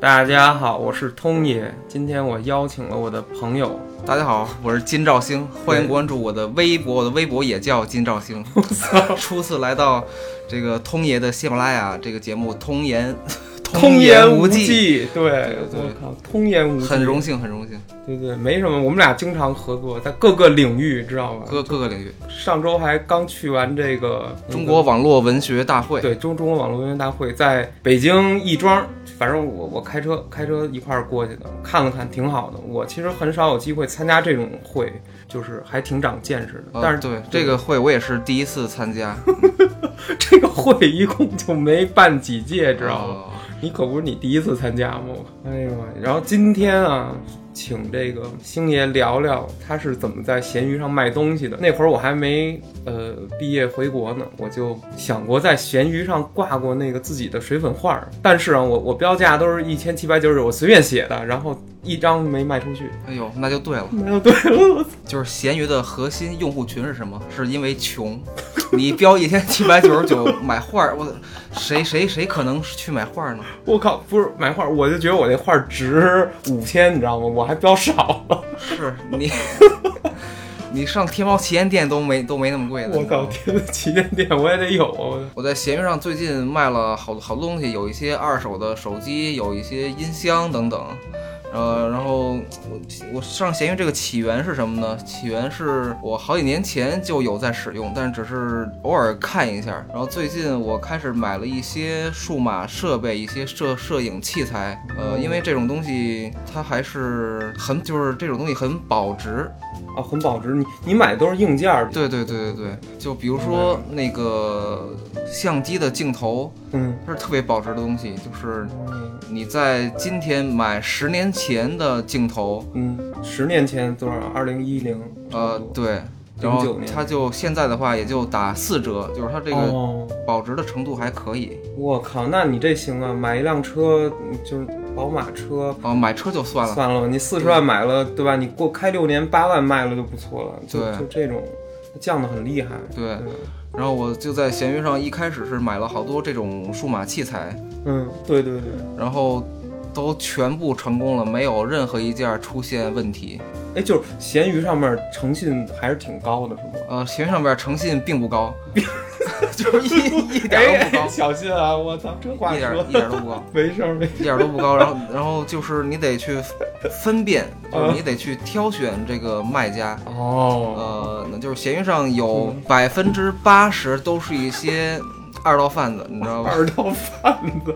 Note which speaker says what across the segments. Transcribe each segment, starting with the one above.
Speaker 1: 大家好，我是通爷。今天我邀请了我的朋 友，
Speaker 2: 大家好，我是金兆星，欢迎
Speaker 1: 对
Speaker 2: 关注我的微博，我的微博也叫金 兆星。初次来到这个通爷的喜马拉雅这个节目，通言
Speaker 1: 言
Speaker 2: 言无忌，
Speaker 1: 忌。对，
Speaker 2: 对
Speaker 1: 我靠，通言无忌，
Speaker 2: 很荣幸，很荣幸，
Speaker 1: 对对，没什么，我们俩经常合作，在各个领域，知道吧？
Speaker 2: 各各个领域，
Speaker 1: 上周还刚去完这个
Speaker 2: 中国网络文学大会，
Speaker 1: 对中中国网络文学大会在北京亦庄，反正我我开车开车一块儿过去的，看了看挺好的。我其实很少有机会参加这种会，就是还挺长见识的。
Speaker 2: 呃
Speaker 1: 但是
Speaker 2: 对这个会我也是第一次参加，
Speaker 1: 这个会一共就没办几届，知道吗？
Speaker 2: 吗？
Speaker 1: 你可不是你第一次参加吗？哎呦，然后今天啊，请这个星爷聊聊他是怎么在闲鱼上卖东西的。那会儿我还没呃毕业回国呢，我就想过在闲鱼上挂过那个自己的水粉画儿，但是啊，我我标价都是一千七百九十九，我随便写的，然后一张没卖出去。
Speaker 2: 哎呦，那就对了。
Speaker 1: 没有对了，我
Speaker 2: 就是闲鱼的核心用户群是什么？是因为 穷，你标一千七百九十九买画儿，我谁谁谁可能去买画儿呢？
Speaker 1: 我靠，不是买画儿，我就觉得我那画儿值五千，你知道吗？我还标少了。
Speaker 2: 是你， 你上天猫旗舰店都没都没那么贵的。
Speaker 1: 我
Speaker 2: 你知道
Speaker 1: 靠，
Speaker 2: 吗！
Speaker 1: 天的旗舰店我也得有啊！我的
Speaker 2: 我在闲鱼上最近卖了好好多东西，有一些二手的手机，有一些音箱等等。呃，然后我我上闲鱼这个起源是什么呢？起源是我好几年前就有在使用，但只是偶尔看一下。然后最近我开始买了一些数码设备，一些摄摄影器材。呃，因为这种东西它还是很就是这种东西很保值，
Speaker 1: 啊，很保值。你你买的都是硬件儿，
Speaker 2: 对对对对对，就比如说那个相机的镜头，
Speaker 1: 嗯，
Speaker 2: 它是特别保值的东西，就是你在今天买十年前的镜头，
Speaker 1: 嗯，十年前多少？二零一零，
Speaker 2: 呃，对，
Speaker 1: 09
Speaker 2: 然后
Speaker 1: 年
Speaker 2: 它就现在的话也就打四折，就是它这个
Speaker 1: 哦，
Speaker 2: 保值的程度还可以。
Speaker 1: 我靠，那你这行啊，买一辆车嗯就是宝马车。
Speaker 2: 哦，买车就算了，
Speaker 1: 算了吧，你四十万买了，对吧？你过开六年八万卖了就不错了，就
Speaker 2: 对
Speaker 1: 就这种，它降的很厉害。嗯
Speaker 2: 对。
Speaker 1: 对
Speaker 2: 然后我就在闲鱼上一开始是买了好多这种数码器材，
Speaker 1: 嗯，对对对。
Speaker 2: 然后都全部成功了，没有任何一件出现问题。
Speaker 1: 哎，就是闲鱼上面诚信还是挺高的，是吗？
Speaker 2: 呃，学上边诚信并不高， 就是 一一点都不
Speaker 1: 哎
Speaker 2: 高，
Speaker 1: 小心啊！我操，这话
Speaker 2: 一点
Speaker 1: 说
Speaker 2: 一点都不高，
Speaker 1: 没事儿没事
Speaker 2: 一点都不高。然后然后就是你得去分辨，就是
Speaker 1: 嗯
Speaker 2: 你得去挑选这个卖家。
Speaker 1: 儿。哦，
Speaker 2: 呃，那就是闲鱼上有
Speaker 1: 嗯
Speaker 2: 百分之八十都是一些二道贩子，你知道吧？
Speaker 1: 二道贩子。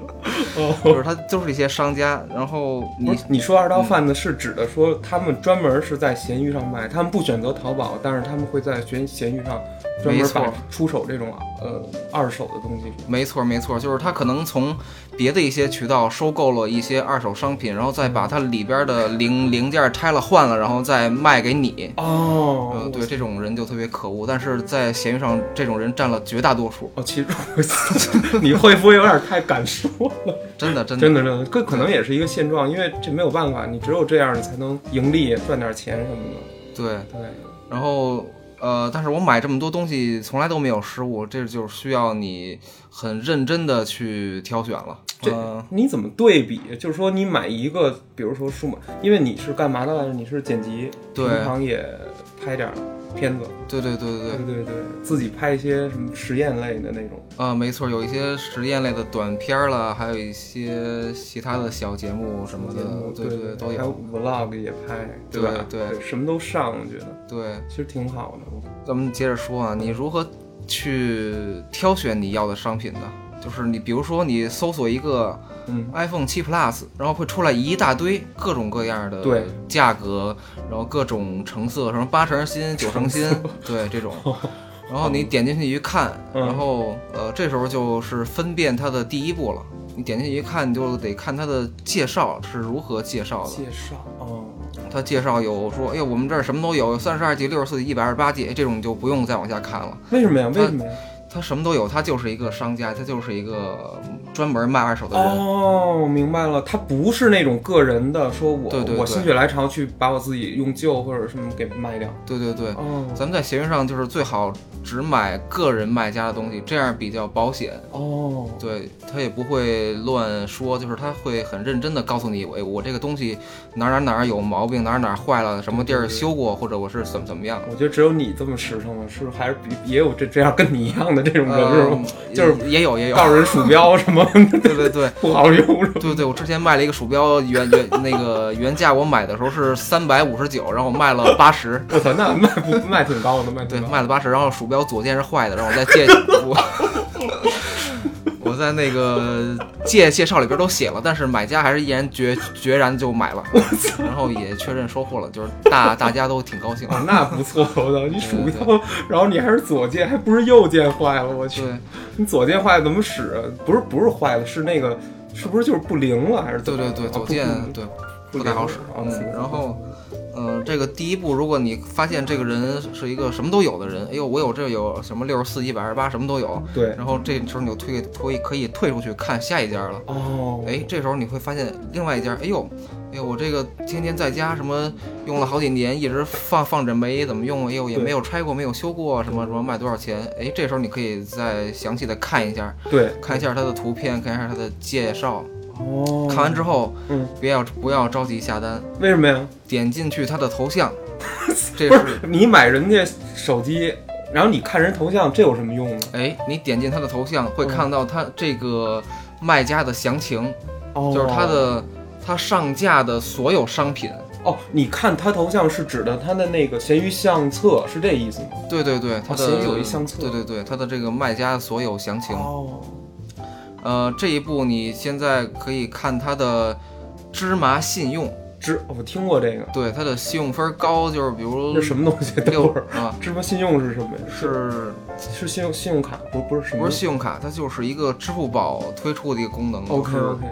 Speaker 1: 哦，
Speaker 2: 就是他都是一些商家。然后
Speaker 1: 不
Speaker 2: 你
Speaker 1: 是你说二
Speaker 2: 嗯
Speaker 1: 道贩子是指的说他们专门是在闲鱼上卖，他们不选择淘宝，但是他们会在闲闲鱼上专
Speaker 2: 没
Speaker 1: 门
Speaker 2: 错
Speaker 1: 把出手这种呃二手的东西。
Speaker 2: 没错没错，就是他可能从别的一些渠道收购了一些二手商品，然后再
Speaker 1: 嗯
Speaker 2: 把它里边的零零件拆了换了，然后再卖给你。呃，
Speaker 1: 哦，
Speaker 2: 对，这种人就特别可恶，但是在闲鱼上，这种人占了绝大多数，
Speaker 1: 哦，其实 我你会不会有点太敢说了？
Speaker 2: 真的，真的，
Speaker 1: 真的真的，
Speaker 2: 嗯
Speaker 1: 这可能也是一个现状，因为这没有办法，你只有这样你才能盈利赚点钱什么的。
Speaker 2: 对。
Speaker 1: 对，
Speaker 2: 然后，呃，但是我买这么多东西，从来都没有失误，这就是需要你很认真的去挑选了。
Speaker 1: 这
Speaker 2: 呃
Speaker 1: 你怎么对比？就是说你买一个，比如说数码，因为你是干嘛的来着？你是剪辑，
Speaker 2: 对
Speaker 1: 平常也拍点儿片子。
Speaker 2: 对对对对对，
Speaker 1: 对对对，自己拍一些什么实验类的那种。
Speaker 2: 啊、没错，有一些实验类的短片儿啦，还有一些其他的小节目什么的，
Speaker 1: 对
Speaker 2: 嗯对对都
Speaker 1: 还有
Speaker 2: 有。
Speaker 1: vlog 也拍，
Speaker 2: 对
Speaker 1: 吧？
Speaker 2: 对
Speaker 1: 什么都上，我觉得
Speaker 2: 对，
Speaker 1: 其实挺好的。
Speaker 2: 咱们接着说啊，你如何去挑选你要的商品呢？就是你，比如说你搜索一个
Speaker 1: 嗯，
Speaker 2: iPhone 7 Plus，然后会出来一大堆各种各样的
Speaker 1: 对
Speaker 2: 价格，然后各种成色，什么八成新、九成新，对 这种。然后你点进去一看，
Speaker 1: 嗯
Speaker 2: 然后呃，这时候就是分辨它的第一步了。你点进去一看，你就得看它的介绍是如何介绍的。
Speaker 1: 介绍哦，
Speaker 2: 它介绍有说，哎呦，我们这儿什么都有，三十二 G、六十四 G、一百二十八 G，这种你就不用再往下看了。
Speaker 1: 为什么呀？
Speaker 2: 它
Speaker 1: 为什么呀？
Speaker 2: 他什么都有，他就是一个商家，他就是一个专门卖二手的人。
Speaker 1: 哦，明白了，他不是那种个人的，说我
Speaker 2: 对对
Speaker 1: 我
Speaker 2: 对
Speaker 1: 心血来潮去把我自己用旧或者什么给卖掉。
Speaker 2: 对对对，
Speaker 1: 哦
Speaker 2: 咱们在闲鱼上就是最好只买个人卖家的东西，这样比较保险。
Speaker 1: 哦，
Speaker 2: 对他也不会乱说，就是他会很认真的告诉你，我我这个东西哪儿哪儿哪儿有毛病，哪儿哪儿坏了，什么地
Speaker 1: 对
Speaker 2: 儿
Speaker 1: 对对
Speaker 2: 修过，或者我是怎么怎么样。
Speaker 1: 我觉得只有你这么实诚了，是不是还是比也有这这样跟你一样的这种人，嗯是吗？
Speaker 2: 呃
Speaker 1: 就是
Speaker 2: 也有也有，
Speaker 1: 告诉人鼠标什么
Speaker 2: 对对对。
Speaker 1: 不好用是吧？
Speaker 2: 对对，我之前卖了一个鼠标，原原那个原价我买的时候是三百五十九，然后我卖了八十，
Speaker 1: 我操， 那卖不卖挺高的，卖
Speaker 2: 对，
Speaker 1: 挺高的。
Speaker 2: 卖了八十，然后鼠标左键是坏的，然后我在介我我在那个介介绍里边都写了，但是买家还是毅然决决然就买了，然后也确认收获了，就是大大家都挺高 兴。
Speaker 1: 哦，那不错，我操！你鼠
Speaker 2: 对对
Speaker 1: 标，然后你还是左键，还不是右键坏了，我去！
Speaker 2: 对
Speaker 1: 你左键坏了怎么使？不是不是坏了，是那个是不是就是不灵了还是怎
Speaker 2: 对
Speaker 1: 么
Speaker 2: 对
Speaker 1: 着？
Speaker 2: 对，
Speaker 1: 哦
Speaker 2: 左
Speaker 1: 不
Speaker 2: 键
Speaker 1: 不
Speaker 2: 对
Speaker 1: 不
Speaker 2: 不太好使。
Speaker 1: 啊。
Speaker 2: 嗯，然后，呃，这个第一步，如果你发现这个人是一个什么都有的人，哎呦，我有这有什么六十四、一百二十八，什么都有，
Speaker 1: 对
Speaker 2: 然后这时候你就退退可以退出去看下一家了。
Speaker 1: 哦，
Speaker 2: 哎，这时候你会发现另外一家，哎呦，哎呦，我这个天天在家什么用了好几年，一直放放着没怎么用，哎呦也
Speaker 1: 对
Speaker 2: 没有拆过，没有修过，什么什么卖多少钱？哎，这时候你可以再详细的看一下，
Speaker 1: 对
Speaker 2: 看一下它的图片，看一下它的介绍，
Speaker 1: 哦，
Speaker 2: 看完之后
Speaker 1: 嗯，
Speaker 2: 不要不要着急下单，
Speaker 1: 为什么呀？
Speaker 2: 点进去它的头 像，这
Speaker 1: 不
Speaker 2: 是
Speaker 1: 是你买人家手机，然后你看人头像，这有什么用呢？
Speaker 2: 哎，你点进它的头像会
Speaker 1: 嗯
Speaker 2: 看到它这个卖家的详情，
Speaker 1: 哦
Speaker 2: 就是它的它上架的所有商品。
Speaker 1: 哦，你看他头像是指的他的那个闲鱼相册，是这意思吗？
Speaker 2: 对对对，它的、
Speaker 1: 闲鱼有一相册
Speaker 2: 对对对，它的这个卖家所有详情。
Speaker 1: 哦，
Speaker 2: 呃，这一步你现在可以看它的芝麻信用，
Speaker 1: 知我听过这个，
Speaker 2: 对它的信用分高，就是比如
Speaker 1: 这是什么东西？等
Speaker 2: 六
Speaker 1: 会儿，
Speaker 2: 啊，
Speaker 1: 芝麻信用是什么呀？
Speaker 2: 是
Speaker 1: 是信用信用卡？不不是什么？
Speaker 2: 不是信用卡？它就是一个支付宝推出的一个功能，就
Speaker 1: OK
Speaker 2: 是
Speaker 1: OK，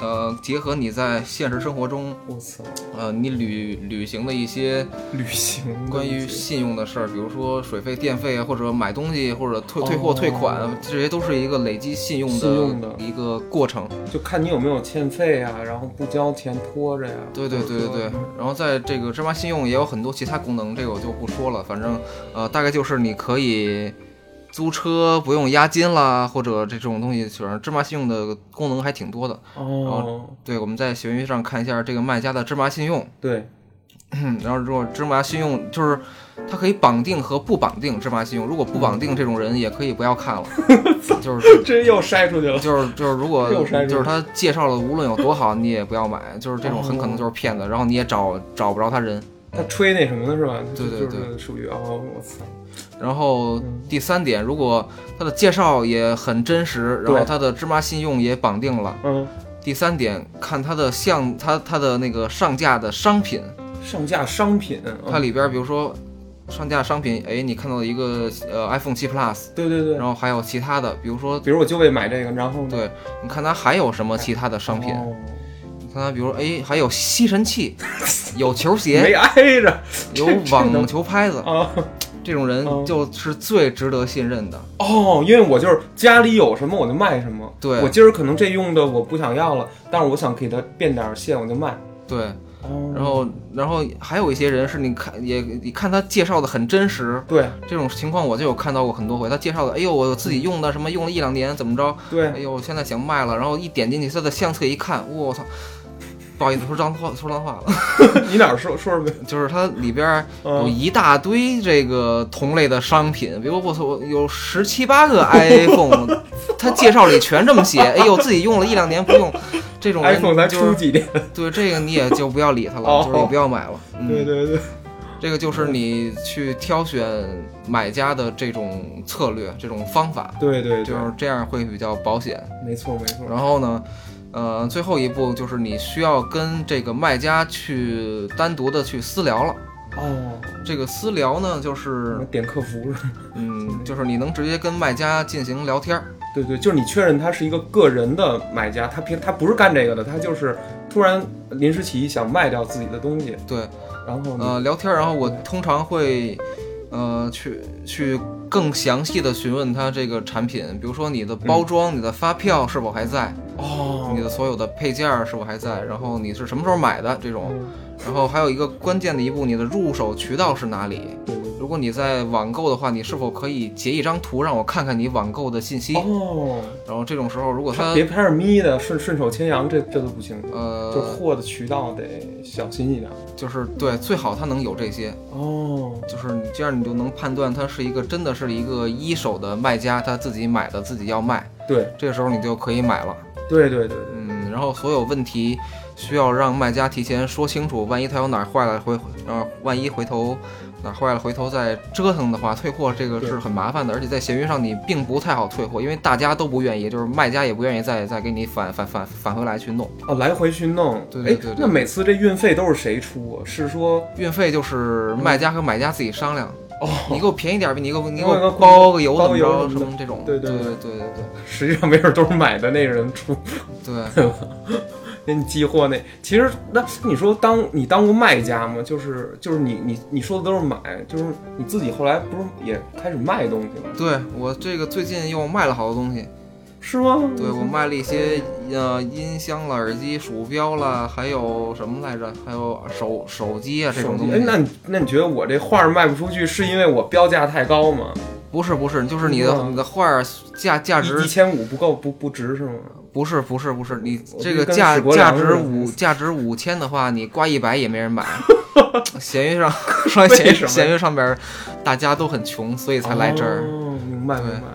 Speaker 2: 呃，结合你在现实生活中，
Speaker 1: 我操，
Speaker 2: 呃，你旅旅行的一些
Speaker 1: 旅行的
Speaker 2: 关于信用的事儿，比如说水费、电费啊，或者买东西，或者退退货、
Speaker 1: 哦
Speaker 2: 退款，这些都是一个累积信用
Speaker 1: 信用的
Speaker 2: 的一个过程。
Speaker 1: 就看你有没有欠费啊，然后不交钱拖着呀。
Speaker 2: 对对对对对
Speaker 1: 或者说，
Speaker 2: 然后在这个芝麻信用也有很多其他功能，这个我就不说了。反正呃，大概就是你可以租车不用押金啦，或者这种东西，反正芝麻信用的功能还挺多的。
Speaker 1: 哦，
Speaker 2: 对，我们在闲鱼上看一下这个卖家的芝麻信用， 嗯
Speaker 1: 对，
Speaker 2: 然后如果芝麻信用就是它可以绑定和不绑定芝麻信用，如果不绑定这种人也可以不 要看了，就是
Speaker 1: 这又筛出去了。
Speaker 2: 就是就是，如果
Speaker 1: 又删除
Speaker 2: 就是他介绍了无论有多好，你也不要买，就是这种很可能就是骗子，然后你也找找不着他人。
Speaker 1: 他吹那什么的是吧？
Speaker 2: 对对
Speaker 1: 就
Speaker 2: 对
Speaker 1: 就是属于哦，我操，
Speaker 2: 然后
Speaker 1: 嗯
Speaker 2: 第三点，如果他的介绍也很真实，然
Speaker 1: 对
Speaker 2: 后他的芝麻信用也绑定了。
Speaker 1: 嗯，
Speaker 2: 第三点，看他的项，他他的那个上架的商品，
Speaker 1: 上架商品，嗯
Speaker 2: 它里边比如说上架商品，哎，你看到一个呃 iPhone 7 Plus，
Speaker 1: 对对对
Speaker 2: 然，后还有其他的，比如说
Speaker 1: 比如我就为买这个，然后呢
Speaker 2: 对，你看它还有什么其他的商品，
Speaker 1: 哦
Speaker 2: 你看它比如哎还有吸 尘器，有球鞋，
Speaker 1: 没挨 着
Speaker 2: 有
Speaker 1: 这这能
Speaker 2: 网球拍子，
Speaker 1: 啊。
Speaker 2: 这种人
Speaker 1: 嗯
Speaker 2: 就是最值得信任的。
Speaker 1: 哦，因为我就是家里有什么我就卖什么。
Speaker 2: 对
Speaker 1: 我今儿可能这用的我不想要了，但是我想给它变点儿现，我就卖。
Speaker 2: 对，
Speaker 1: 哦，
Speaker 2: 然后然后还有一些人是你看也你看他介绍的很真实，
Speaker 1: 对
Speaker 2: 这种情况我就有看到过很多回。他介绍的，哎呦，我自己用的什么用了一两年怎么着，哎
Speaker 1: 对，
Speaker 2: 呦，我现在想卖了，然后一点进去他的相册一看，我操！不好意思，说脏话，说脏话了，
Speaker 1: 你哪儿说说说呗？
Speaker 2: 就是它里边有
Speaker 1: 嗯，
Speaker 2: 一大堆这个同类的商品，比如我操，有十七八个 iPhone，他介绍里全这么写。哎呦，自己用了一两年不用， 这种人
Speaker 1: iPhone 才
Speaker 2: 就
Speaker 1: 出
Speaker 2: 是
Speaker 1: 几年？
Speaker 2: 对这个你也就不要理他了，
Speaker 1: 哦
Speaker 2: 就是也不要买了。嗯、
Speaker 1: 对，对对，
Speaker 2: 这个就是你去挑选买家的这种策略、这种方法，
Speaker 1: 对对
Speaker 2: 就
Speaker 1: 对，
Speaker 2: 是这样会比较保险。
Speaker 1: 没错没错。
Speaker 2: 然后呢，呃，最后一步就是你需要跟这个卖家去单独的去私聊了。
Speaker 1: 哦，
Speaker 2: 这个私聊呢，就是
Speaker 1: 我点客服 是吗？
Speaker 2: 嗯，就是你能直接跟卖家进行聊天儿，
Speaker 1: 对对，就是你确认他是一个个人的买家，他平他不是干这个的，他就是突然临时起意想卖掉自己的东西，
Speaker 2: 对，
Speaker 1: 然后呢？
Speaker 2: 呃，聊天儿，然后我通常会，呃，去去更详细的询问他这个产品，比如说你的
Speaker 1: 嗯
Speaker 2: 包装、你的发票是否还在，
Speaker 1: 哦
Speaker 2: 呃你的所有的配件儿是否还在，然后你是什么时候买的这种，
Speaker 1: 哦
Speaker 2: 然后还有一个关键的一步，你的入手渠道是哪里？
Speaker 1: 对对
Speaker 2: 如果你在网购的话，你是否可以截一张图让我看看你网购的信息？
Speaker 1: 哦，
Speaker 2: 然后这种时候，如果
Speaker 1: 他
Speaker 2: 他
Speaker 1: 别拍着眯的，顺顺手牵羊，这这都不行。就
Speaker 2: 呃，
Speaker 1: 货的渠道得小心一点。
Speaker 2: 就是对，最好他能有这些，
Speaker 1: 哦，
Speaker 2: 就是你这样你就能判断他是一个真的是一个一手的卖家，他自己买的自己要卖，
Speaker 1: 对
Speaker 2: 这个时候你就可以买了。
Speaker 1: 对对对对，
Speaker 2: 嗯，然后所有问题需要让卖家提前说清楚，万一他有哪儿坏了回，呃，万一回头哪儿坏了回头再折腾的话，退货这个
Speaker 1: 对
Speaker 2: 是很麻烦的，而且在闲鱼上你并不太好退货，因为大家都不愿意，就是卖家也不愿意再再给你返返返返回来去弄。
Speaker 1: 哦，来回去弄。
Speaker 2: 对对
Speaker 1: 哎
Speaker 2: 对对
Speaker 1: 那每次这运费都是谁出啊？是说
Speaker 2: 运费就是卖家和买家自己商量，
Speaker 1: 哦，
Speaker 2: 你给我便宜点儿，你给我你给
Speaker 1: 我给
Speaker 2: 我
Speaker 1: 我
Speaker 2: 包个邮
Speaker 1: 包
Speaker 2: 怎
Speaker 1: 个
Speaker 2: 么
Speaker 1: 邮
Speaker 2: 着
Speaker 1: 什么
Speaker 2: 什
Speaker 1: 的
Speaker 2: 么这种，
Speaker 1: 对对
Speaker 2: 对
Speaker 1: 对
Speaker 2: 对对
Speaker 1: 实际上没准都是买的那人出，
Speaker 2: 对对，
Speaker 1: 给你寄货那。其实那你说当你当过卖家吗？就是就是你你你说的都是买，就是你自己后来不是也开始卖东西了，
Speaker 2: 对我这个最近又卖了好多东西，
Speaker 1: 是吗？
Speaker 2: 对我卖了一些呃音箱了、耳机、鼠标了，还有什么来着？还有手手机啊这
Speaker 1: 手
Speaker 2: 种东
Speaker 1: 机哎，那
Speaker 2: 西。
Speaker 1: 你那你觉得我这画儿卖不出去，是因为我标价太高吗？
Speaker 2: 不是不是，就是你的
Speaker 1: 嗯
Speaker 2: 你的画儿价价
Speaker 1: 一一
Speaker 2: 值
Speaker 1: 千五不够不不值是吗？
Speaker 2: 不是不是不是，你
Speaker 1: 我
Speaker 2: 这
Speaker 1: 就
Speaker 2: 个
Speaker 1: 跟
Speaker 2: 价
Speaker 1: 史国
Speaker 2: 价
Speaker 1: 良
Speaker 2: 值
Speaker 1: 似的
Speaker 2: 五价值五千的话，你挂一百也没人 买。闲鱼上说闲
Speaker 1: 为什
Speaker 2: 鱼
Speaker 1: 么
Speaker 2: 闲鱼上边儿大家都很穷，所以才来这儿。
Speaker 1: 哦，明白
Speaker 2: 对
Speaker 1: 明白。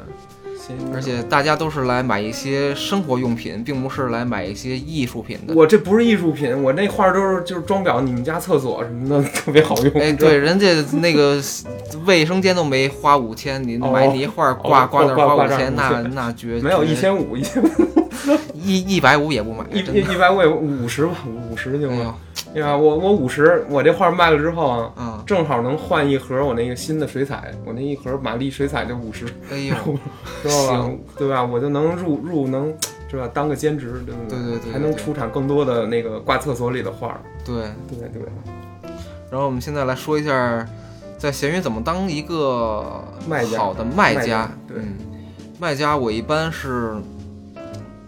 Speaker 1: 行
Speaker 2: 而且大家都是来买一些生活用品，并不是来买一些艺术品的。
Speaker 1: 我这不是艺术品，我那画儿都是就是装裱你们家厕所什么的， 特别好用。
Speaker 2: 哎，
Speaker 1: 你知道吗
Speaker 2: 对，，人家那个 卫生间都没花五千，你
Speaker 1: 哦
Speaker 2: 买你一画儿挂
Speaker 1: 哦
Speaker 2: 挂那儿
Speaker 1: 挂
Speaker 2: 花
Speaker 1: 挂
Speaker 2: 五
Speaker 1: 这儿
Speaker 2: 千，那
Speaker 1: 5000
Speaker 2: 那绝
Speaker 1: 没有
Speaker 2: 绝
Speaker 1: 一千五，一千
Speaker 2: 一一百五也不买，
Speaker 1: 一
Speaker 2: 真的。
Speaker 1: 一一百五也五十吧，五十行
Speaker 2: 哎
Speaker 1: 吗？
Speaker 2: 呦，
Speaker 1: 对吧？我我五十，我这画儿卖了之后啊，
Speaker 2: 嗯，
Speaker 1: 正好能换一盒我那个新的水彩，我那一盒玛丽水彩就五十，
Speaker 2: 哎呦，
Speaker 1: 知道吧
Speaker 2: 行？
Speaker 1: 对吧？我就能入入能。是吧？当个兼职，对不
Speaker 2: 对对对对
Speaker 1: 还能
Speaker 2: 对
Speaker 1: 出产更多的那个挂厕所里的画儿，
Speaker 2: 对。
Speaker 1: 对对。
Speaker 2: 然后我们现在来说一下，在闲鱼怎么当一个
Speaker 1: 卖家
Speaker 2: 好的卖
Speaker 1: 卖
Speaker 2: 家
Speaker 1: 家。对
Speaker 2: 嗯，卖家我一般是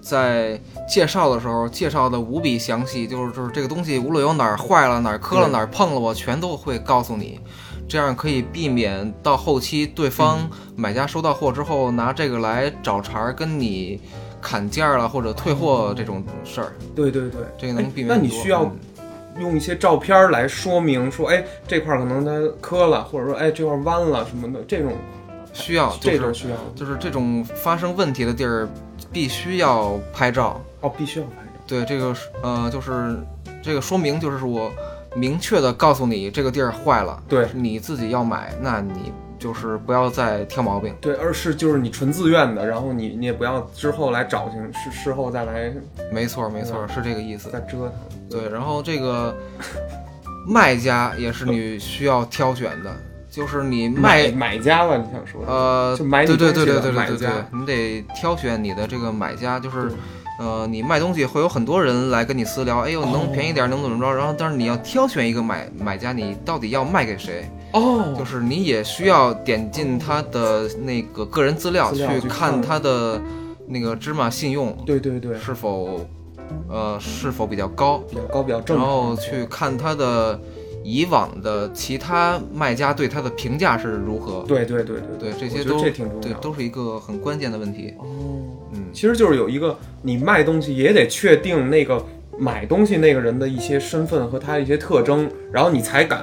Speaker 2: 在介绍的时候介绍的无比详细，就是就是这个东西无论有哪儿坏了、哪儿磕了、
Speaker 1: 对
Speaker 2: 哪儿碰了，我全都会告诉你。这样可以避免到后期对
Speaker 1: 嗯
Speaker 2: 方买家收到货之后拿这个来找茬儿，跟你砍价儿了或者退货这种事儿，
Speaker 1: 对对对，
Speaker 2: 这个能
Speaker 1: 哎
Speaker 2: 避免
Speaker 1: 那
Speaker 2: 很多。
Speaker 1: 你需要
Speaker 2: 嗯
Speaker 1: 用一些照片儿来说明说，哎，这块儿可能它磕了，或者说哎这块儿弯了什么的，这种
Speaker 2: 需要
Speaker 1: 这
Speaker 2: 就啊是
Speaker 1: 种需要
Speaker 2: 就是这种发生问题的地儿，必须要拍照。
Speaker 1: 哦，必须要拍照。
Speaker 2: 对，这个是呃，就是这个说明，就是我明确的告诉你这个地儿坏了，
Speaker 1: 对
Speaker 2: 你自己要买，那你就是不要再挑毛病。
Speaker 1: 对，而是就是你纯自愿的，然后你你也不要之后来找去，事事后再来
Speaker 2: 没错，没错，是这个意思。
Speaker 1: 再折腾。
Speaker 2: 对，然后这个卖家也是你需要挑选的，就是你卖
Speaker 1: 买买家吧，你想说的？
Speaker 2: 呃，
Speaker 1: 就买你
Speaker 2: 对对对
Speaker 1: 东西
Speaker 2: 对
Speaker 1: 的
Speaker 2: 对对
Speaker 1: 买
Speaker 2: 对对
Speaker 1: 家，
Speaker 2: 你得挑选你的这个买家，就是
Speaker 1: 对，
Speaker 2: 呃，你卖东西会有很多人来跟你私聊，
Speaker 1: 哦
Speaker 2: 哎呦，能便宜点，能怎么着？然后，但是你要挑选一个买买家，你到底要卖给谁？就
Speaker 1: 哦，
Speaker 2: 是你也需要点进他的那个个人资料
Speaker 1: 资料
Speaker 2: 去
Speaker 1: 去
Speaker 2: 看
Speaker 1: 看
Speaker 2: 他的那个芝麻信用
Speaker 1: 对对对，
Speaker 2: 是否，呃，是否比较高，
Speaker 1: 比较高，比较正
Speaker 2: 然
Speaker 1: 常。
Speaker 2: 后哦去看他的以往的其他卖家对他的评价是如何。
Speaker 1: 对对对对
Speaker 2: 对，这
Speaker 1: 我
Speaker 2: 些
Speaker 1: 觉得
Speaker 2: 都
Speaker 1: 这挺重
Speaker 2: 对
Speaker 1: 要，的。
Speaker 2: 都是一个很关键的问题。
Speaker 1: 哦。
Speaker 2: 嗯，
Speaker 1: 其实就是有一个你卖东西也得确定那个买东西那个人的一些身份和他的一些特征，然后你才敢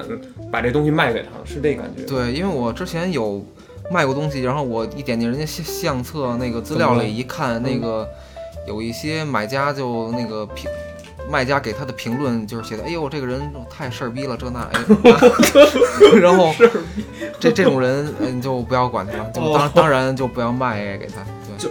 Speaker 1: 把这东西卖给他，是这感觉。
Speaker 2: 对，因为我之前有卖过东西，然后我一点进人家相相册那个资料
Speaker 1: 怎么了嗯
Speaker 2: 里一看，那个有一些买家就那个评。卖家给他的评论就是写的，哎呦，这个人太事儿逼了，这那， 哎 呦，然后
Speaker 1: 是
Speaker 2: 这这种人，呃你就不要管他了，就
Speaker 1: 哦
Speaker 2: 当当然就不要卖给他，对，
Speaker 1: 就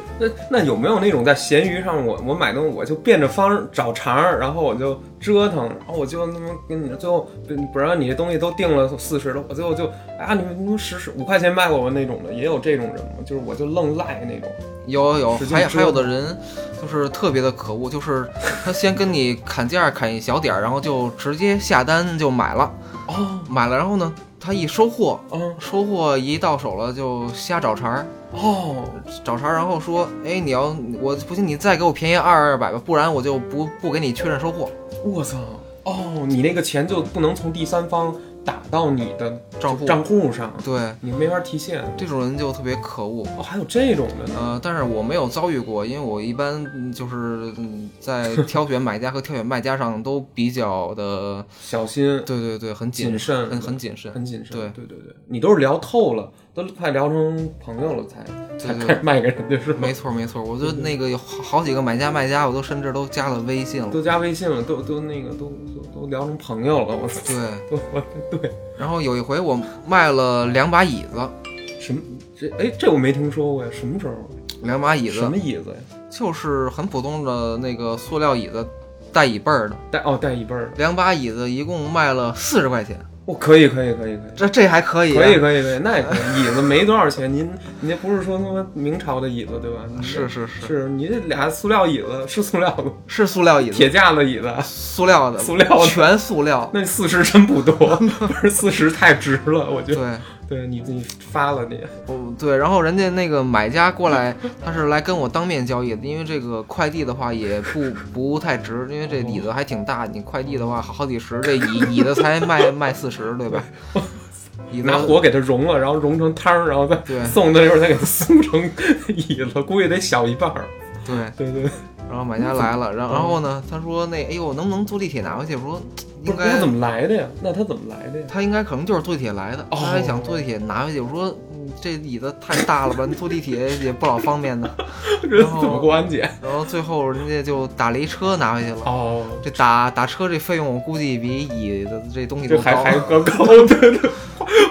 Speaker 1: 那那有没有那种在闲鱼上我我买东西我就变着方儿找茬儿，然后我就折腾，然后我就他妈跟你最后不不让你这东西都定了四十了，我最后就啊你们你们十十五块钱卖给我那种的，也有这种人吗？就是我就愣赖那种。
Speaker 2: 有有，
Speaker 1: 使劲
Speaker 2: 还有
Speaker 1: 折
Speaker 2: 还有的
Speaker 1: 腾
Speaker 2: 人就是特别的可恶，就是他先跟你砍价砍一小点儿，然后就直接下单就买了，
Speaker 1: 哦，
Speaker 2: 买了，然后呢，他一收货，
Speaker 1: 嗯，
Speaker 2: 收货一到手了就瞎找茬儿，
Speaker 1: 哦，
Speaker 2: 找茬儿，然后说，哎，你要我不行，你再给我便宜二二百吧，不然我就不不给你确认收货
Speaker 1: 我操，哦，你那个钱就不能从第三方打到你的
Speaker 2: 账户。
Speaker 1: 账户上，
Speaker 2: 对，
Speaker 1: 你没法提现。
Speaker 2: 这种人就特别可恶。
Speaker 1: 哦，还有这种的呢，
Speaker 2: 呃，但是我没有遭遇过，因为我一般嗯就是嗯在挑选买家和挑选卖家上都比较的，
Speaker 1: 小心
Speaker 2: 对对对，很谨
Speaker 1: 谨慎，
Speaker 2: 很很谨慎。
Speaker 1: 很谨慎。
Speaker 2: 对
Speaker 1: 对对对，你都是聊透了，都快聊成朋友了才才
Speaker 2: 对
Speaker 1: 开始卖给人家是吗？
Speaker 2: 没错没错，我就那个有好好几个买家卖家，我都甚至都加了微信了。
Speaker 1: 都加微信了，都都那个都都都聊成朋友了，我操！
Speaker 2: 对，
Speaker 1: 都我 对
Speaker 2: 然后有一回我卖了两把椅子，
Speaker 1: 什么这哎这我没听说过呀，什么时候？
Speaker 2: 两把椅
Speaker 1: 什
Speaker 2: 子
Speaker 1: 么椅子呀？
Speaker 2: 就是很普通的那个塑料椅子，带椅背儿的，
Speaker 1: 带哦带椅背儿的，
Speaker 2: 两把椅子一共卖了四十块钱，
Speaker 1: 我、可以可以可以可以。
Speaker 2: 这这还可以、啊，
Speaker 1: 可以可以可以，那也可以。椅子没多少钱，您您这不是说他妈明朝的椅子对吧？
Speaker 2: 是是是
Speaker 1: 是，你这俩塑料椅子是塑料的，
Speaker 2: 是塑料椅子，
Speaker 1: 铁架子椅子，
Speaker 2: 塑料的，
Speaker 1: 塑料的
Speaker 2: 全塑料。
Speaker 1: 那四十真不 多，不是四十太值了，我觉得。
Speaker 2: 对，
Speaker 1: 对你你发了你，
Speaker 2: 我哦对，然后人家那个买家过来，他是来跟我当面交易的，因为这个快递的话也不不太值，因为这椅子还挺大，你快递的话好好几十，这椅椅子才卖卖四十，对吧？椅
Speaker 1: 你
Speaker 2: 子
Speaker 1: 拿火给它融了，然后融成汤儿，然后再
Speaker 2: 对
Speaker 1: 送的时候再给它酥成椅子，估计得小一半儿。
Speaker 2: 对，
Speaker 1: 对对，
Speaker 2: 然后买家来了，然然后呢，他说那哎呦，能不能坐地铁拿回去？我说
Speaker 1: 不
Speaker 2: 应
Speaker 1: 是他
Speaker 2: 该
Speaker 1: 怎，么来的呀？那他怎么来的呀？
Speaker 2: 他应该可能就是坐地铁来的，
Speaker 1: 哦
Speaker 2: 他还想坐地铁拿回去。我说嗯这椅子太大了吧，你坐地铁也不老方便的。
Speaker 1: 人怎么过安检？
Speaker 2: 然后最后人家就打了一车拿回去了。
Speaker 1: 哦，
Speaker 2: 这打打车这费用，我估计比椅子这东西
Speaker 1: 这
Speaker 2: 都
Speaker 1: 还
Speaker 2: 高。
Speaker 1: 还 高高，对对，